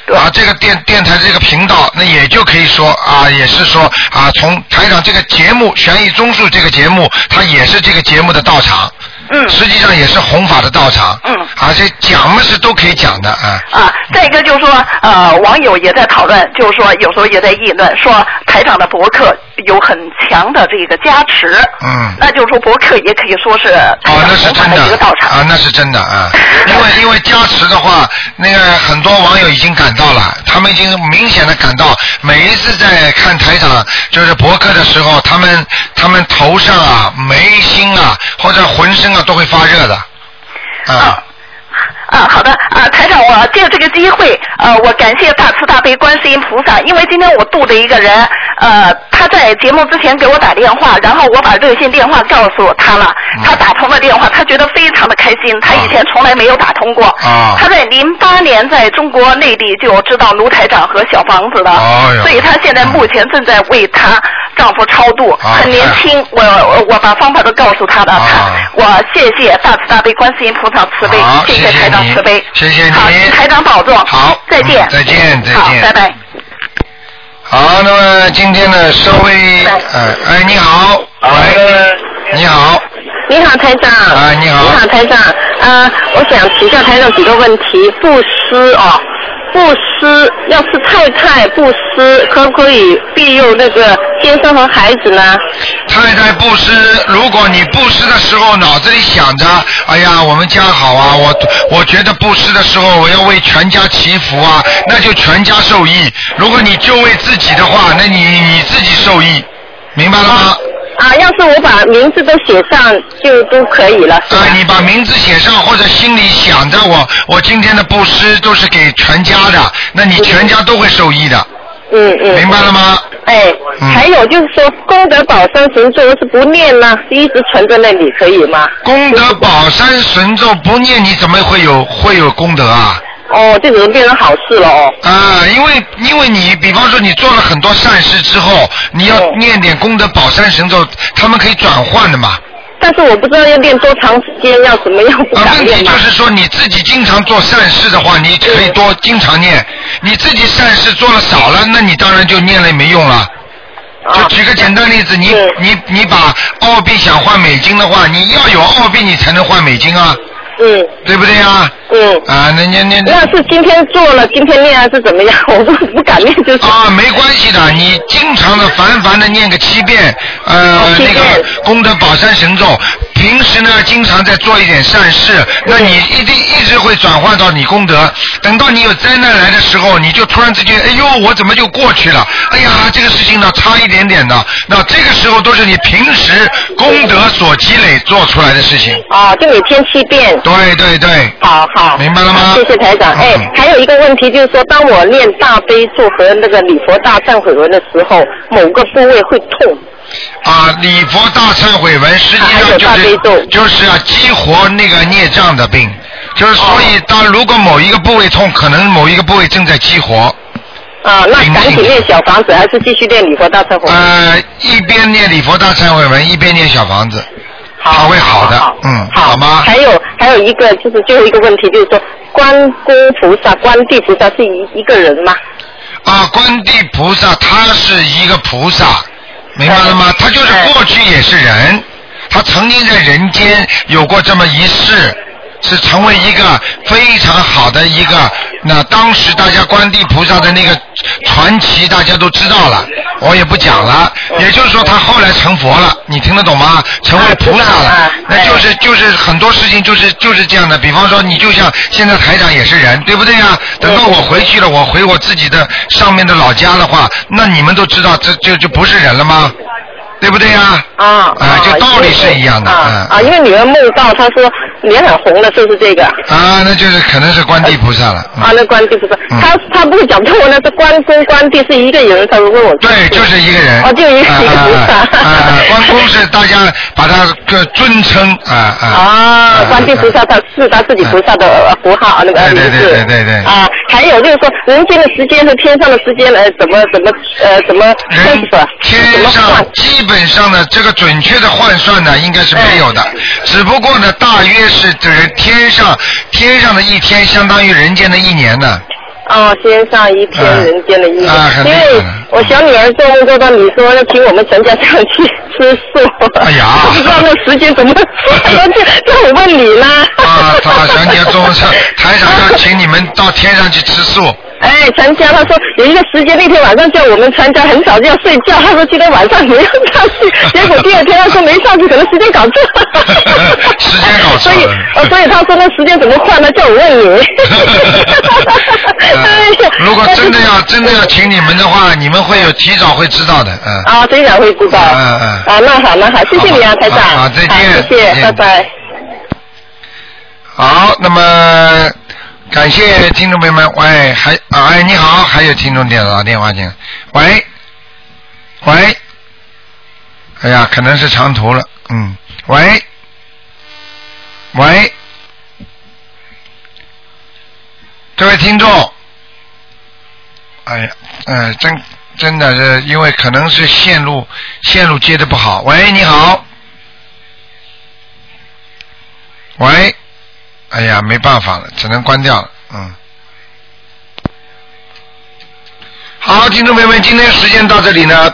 [SPEAKER 3] 对
[SPEAKER 2] 啊，这个电电台这个频道，那也就可以说啊，也是说啊，从台长这个节目《悬疑综述》这个节目，它也是这个节目的道场，
[SPEAKER 3] 嗯
[SPEAKER 2] 实际上也是弘法的道场。
[SPEAKER 3] 嗯
[SPEAKER 2] 而且讲嘛是都可以讲的啊。
[SPEAKER 3] 啊，再一个就是说，呃，网友也在讨论，就是说有时候也在议论，说台长的博客有很强的这个加持。
[SPEAKER 2] 嗯
[SPEAKER 3] 那就是说博客也可以说是台
[SPEAKER 2] 哦，
[SPEAKER 3] 长
[SPEAKER 2] 那是
[SPEAKER 3] 弘
[SPEAKER 2] 真
[SPEAKER 3] 法的一个道场。
[SPEAKER 2] 啊，那是真的啊，因为因为加持的话，那个很多网友已经感到了，他们已经明显的感到，每一次在看台长就是博客的时候，他们他们头上啊、眉心啊或者浑身啊都会发热的，啊。
[SPEAKER 9] 啊，好的，啊，台长，我借这个机会，呃，我感谢大慈大悲观世音菩萨，因为今天我度的一个人，呃，他在节目之前给我打电话，然后我把热线电话告诉他
[SPEAKER 2] 啊
[SPEAKER 9] 了，他打通了电话，他觉得非常的开心，他以前从来没有打通过，
[SPEAKER 2] 啊
[SPEAKER 9] 他在零八年在中国内地就知道卢台长和小房子了，
[SPEAKER 2] 哎呦
[SPEAKER 9] 所以他现在目前正在为她丈夫超度，
[SPEAKER 2] 啊
[SPEAKER 9] 很年轻，我我我把方法都告诉他了，
[SPEAKER 2] 啊
[SPEAKER 9] 他我谢谢大慈大悲观世音菩萨慈悲
[SPEAKER 2] 好，，
[SPEAKER 9] 谢
[SPEAKER 2] 谢
[SPEAKER 9] 台长
[SPEAKER 2] 你
[SPEAKER 9] 慈悲，
[SPEAKER 2] 谢谢
[SPEAKER 9] 好，
[SPEAKER 2] 你，
[SPEAKER 9] 台长保
[SPEAKER 3] 哦
[SPEAKER 9] 重，
[SPEAKER 2] 好，
[SPEAKER 9] 再见
[SPEAKER 2] 嗯，再见，再
[SPEAKER 9] 好，
[SPEAKER 2] 见，
[SPEAKER 9] 拜拜。
[SPEAKER 2] 好，那么今天呢，稍微，呃，哎，你好，喂，你好，
[SPEAKER 4] 你好，台长。
[SPEAKER 2] 啊你好
[SPEAKER 4] 你好，台长。呃，我想请教台长几个问题。布施哦，布施要是太太布施，可不可以庇佑那个先生和孩子呢？
[SPEAKER 2] 太太布施，如果你布施的时候脑子里想着，哎呀，我们家好啊，我我觉得布施的时候我要为全家祈福啊，那就全家受益。如果你就为自己的话，那你你自己受益，明白了吗？
[SPEAKER 4] 啊，要是我把名字都写上，就都可以了，是
[SPEAKER 2] 啊，
[SPEAKER 4] 吧？
[SPEAKER 2] 你把名字写上，或者心里想着我，我今天的布施都是给全家的，那你全家都会受益的，
[SPEAKER 4] 嗯嗯。
[SPEAKER 2] 明白了吗？
[SPEAKER 4] 哎，
[SPEAKER 2] 嗯
[SPEAKER 4] 还有就是说，功德宝山神咒是不念呢，一直存在那里可以吗？
[SPEAKER 2] 功德宝山神咒不念，你怎么会有会有功德啊？
[SPEAKER 4] 哦，这种变成好事了哦。
[SPEAKER 2] 啊，因为因为你，比方说你做了很多善事之后，你要念点功德宝山神咒，他们可以转换的嘛。
[SPEAKER 4] 但是我不知道要练多长时间，要怎么样不
[SPEAKER 2] 啊，
[SPEAKER 4] 敢
[SPEAKER 2] 问
[SPEAKER 4] 练
[SPEAKER 2] 题
[SPEAKER 4] 嘛
[SPEAKER 2] 就。是说你自己经常做善事的话，你可以多经常念；你自己善事做了少了，那你当然就念了也没用了。就
[SPEAKER 4] 啊
[SPEAKER 2] 举个简单例子，你
[SPEAKER 4] 嗯
[SPEAKER 2] 你你把澳币想换美金的话，你要有澳币你才能换美金啊，
[SPEAKER 4] 嗯
[SPEAKER 2] 对不对啊？
[SPEAKER 4] 嗯。
[SPEAKER 2] 啊，那那
[SPEAKER 4] [LAUGHS]
[SPEAKER 2] 那
[SPEAKER 4] 要是今天做了，今天练还是怎么样？ [LAUGHS] 我不不敢练，就是
[SPEAKER 2] 啊，没关系的，你经常的烦烦的念个七遍，呃
[SPEAKER 4] 哦，七
[SPEAKER 2] 那
[SPEAKER 4] 遍
[SPEAKER 2] 个功德宝山神咒。平时呢，经常在做一点善事，那你一定一直会转化到你功德。等到你有灾难来的时候，你就突然之间，哎呦，我怎么就过去了？哎呀，这个事情呢，差一点点的。那这个时候都是你平时功德所积累做出来的事情。
[SPEAKER 4] 啊，就每天七遍。
[SPEAKER 2] 对对对，
[SPEAKER 4] 好好，
[SPEAKER 2] 明白了吗
[SPEAKER 4] 谢谢台长。哎
[SPEAKER 2] 嗯，
[SPEAKER 4] 还有一个问题就是说，当我练大悲咒和那个礼佛大忏悔文的时候，某个部位会痛。
[SPEAKER 2] 啊，礼佛大忏悔文实际
[SPEAKER 4] 还
[SPEAKER 2] 上
[SPEAKER 4] 有
[SPEAKER 2] 就
[SPEAKER 4] 大悲
[SPEAKER 2] 是
[SPEAKER 4] 咒
[SPEAKER 2] 就是啊激活那个孽障的病，就是所以
[SPEAKER 4] 哦
[SPEAKER 2] 当如果某一个部位痛，可能某一个部位正在激活。
[SPEAKER 4] 啊，那
[SPEAKER 2] 明白
[SPEAKER 4] 赶紧练小房子，还是继续练礼佛大忏悔文？
[SPEAKER 2] 呃，一边念礼佛大忏悔文，一边念小房子，它会好的，嗯，
[SPEAKER 4] 好
[SPEAKER 2] 好吗？
[SPEAKER 4] 还有还有一个就是最后一个问题，就是说关公菩萨、关帝菩萨是一一个人吗？
[SPEAKER 2] 啊，观地菩萨他是一个菩萨，明白了吗？他就是过去也是人，他曾经在人间有过这么一世，是成为一个非常好的一个。那当时大家观地菩萨的那个传奇，大家都知道了，我也不讲了。也就是说，他后来成佛了，你听得懂吗？成为菩萨了
[SPEAKER 4] 啊，
[SPEAKER 2] 那就是就是很多事情就是就是这样的。比方说，你就像现在台长也是人，对不对啊？等到我回去了，我回我自己的上面的老家的话，那你们都知道，这就就不是人了吗？对不对呀？
[SPEAKER 4] 啊
[SPEAKER 2] 啊就道理是一样的
[SPEAKER 4] 啊
[SPEAKER 2] 嗯
[SPEAKER 4] 啊，因为女儿梦到她说脸很红了，是不是这个？
[SPEAKER 2] 啊，那就是可能是观地菩萨了。嗯
[SPEAKER 4] 啊，那关帝菩萨，
[SPEAKER 2] 嗯
[SPEAKER 4] 她她不是讲中文，那是关公关帝是一个人，她问我。
[SPEAKER 2] 对，就是一个人。
[SPEAKER 4] 哦就一个
[SPEAKER 2] 啊
[SPEAKER 4] 一个菩萨
[SPEAKER 2] 啊啊啊关公是大家把他个尊称啊啊。
[SPEAKER 4] 啊，观地菩萨他是他自己菩萨的呃符号那个呃
[SPEAKER 2] 对
[SPEAKER 4] 名
[SPEAKER 2] 对
[SPEAKER 4] 字。
[SPEAKER 2] 对对对对
[SPEAKER 4] 啊，还有就是说，人间的时间和天上的时间，呃，怎么怎么呃怎么算
[SPEAKER 2] 人
[SPEAKER 4] 法？怎
[SPEAKER 2] 天
[SPEAKER 4] 么算
[SPEAKER 2] 上？基本上呢，这个准确的换算呢，应该是没有
[SPEAKER 4] 哎
[SPEAKER 2] 的。只不过呢，大约是指天上天上的一天，相当于人间的一年呢。
[SPEAKER 4] 哦，天上一天，
[SPEAKER 2] 嗯
[SPEAKER 4] 人间的一天。
[SPEAKER 2] 啊很
[SPEAKER 4] 因
[SPEAKER 2] 厉
[SPEAKER 4] 为
[SPEAKER 2] 害
[SPEAKER 4] 我小女儿做梦做到你说要请我们全家这样去吃
[SPEAKER 2] [LAUGHS]
[SPEAKER 4] 素，
[SPEAKER 2] 哎
[SPEAKER 4] [LAUGHS]
[SPEAKER 2] 呀
[SPEAKER 4] 我不知道那时间怎么，那这这我问你啦。
[SPEAKER 2] 啊，他想你要做上台长要请你们到天上去吃
[SPEAKER 4] [LAUGHS]
[SPEAKER 2] 素。。
[SPEAKER 4] 哎，参加，他说有一个时间，那天晚上叫我们参加，很早就要睡觉。他说今天晚上你要上去，结果第二天他说没上去，可能时间搞错
[SPEAKER 2] 时间搞错
[SPEAKER 4] 所以
[SPEAKER 2] 了，。
[SPEAKER 4] 呃所以他说那时间怎么换呢？叫我问你
[SPEAKER 2] [LAUGHS]
[SPEAKER 4] 哎呀
[SPEAKER 2] 嗯如果真的要真的要请你们的话，你们会有提早会知道的，嗯。
[SPEAKER 4] 啊，队长会知道。
[SPEAKER 2] 嗯嗯
[SPEAKER 4] 啊，那好，那好，谢谢你啊，
[SPEAKER 2] 好吧
[SPEAKER 4] 台长。
[SPEAKER 2] 好好再见
[SPEAKER 4] 谢
[SPEAKER 2] 再见
[SPEAKER 4] 谢，拜拜。
[SPEAKER 2] 好，那么感谢听众朋友们。喂，还啊哎，你好，还有听众点打电话进来。喂，喂，哎呀，可能是长途了，嗯，喂，喂，这位听众，哎呀，呃，真真的是因为可能是线路线路接的不好。喂，你好，喂，哎呀，没办法了，只能关掉了，嗯。好，听众朋友们，今天时间到这里呢，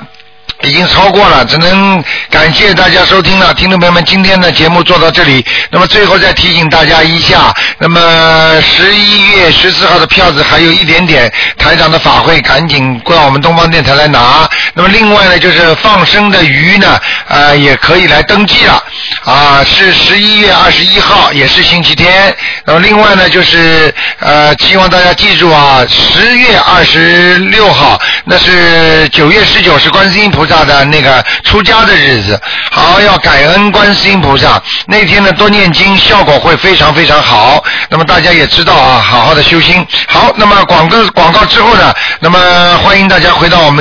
[SPEAKER 2] 已经超过了，只能感谢大家收听了。听众朋友们，今天的节目做到这里，那么最后再提醒大家一下，那么十一月十四号的票子还有一点点，台长的法会赶紧过来我们东方电台来拿。那么另外呢，就是放生的鱼呢，呃，也可以来登记了，啊，是十一月二十一号，也是星期天。那呃么另外呢，就是呃，希望大家记住啊，十月二十六号，那是九月十九是观世音菩萨的那个出家的日子，好要感恩观世音菩萨。那天呢多念经，效果会非常非常好。那么大家也知道啊，好好的修心。好，那么广告广告之后呢，那么欢迎大家回到我们。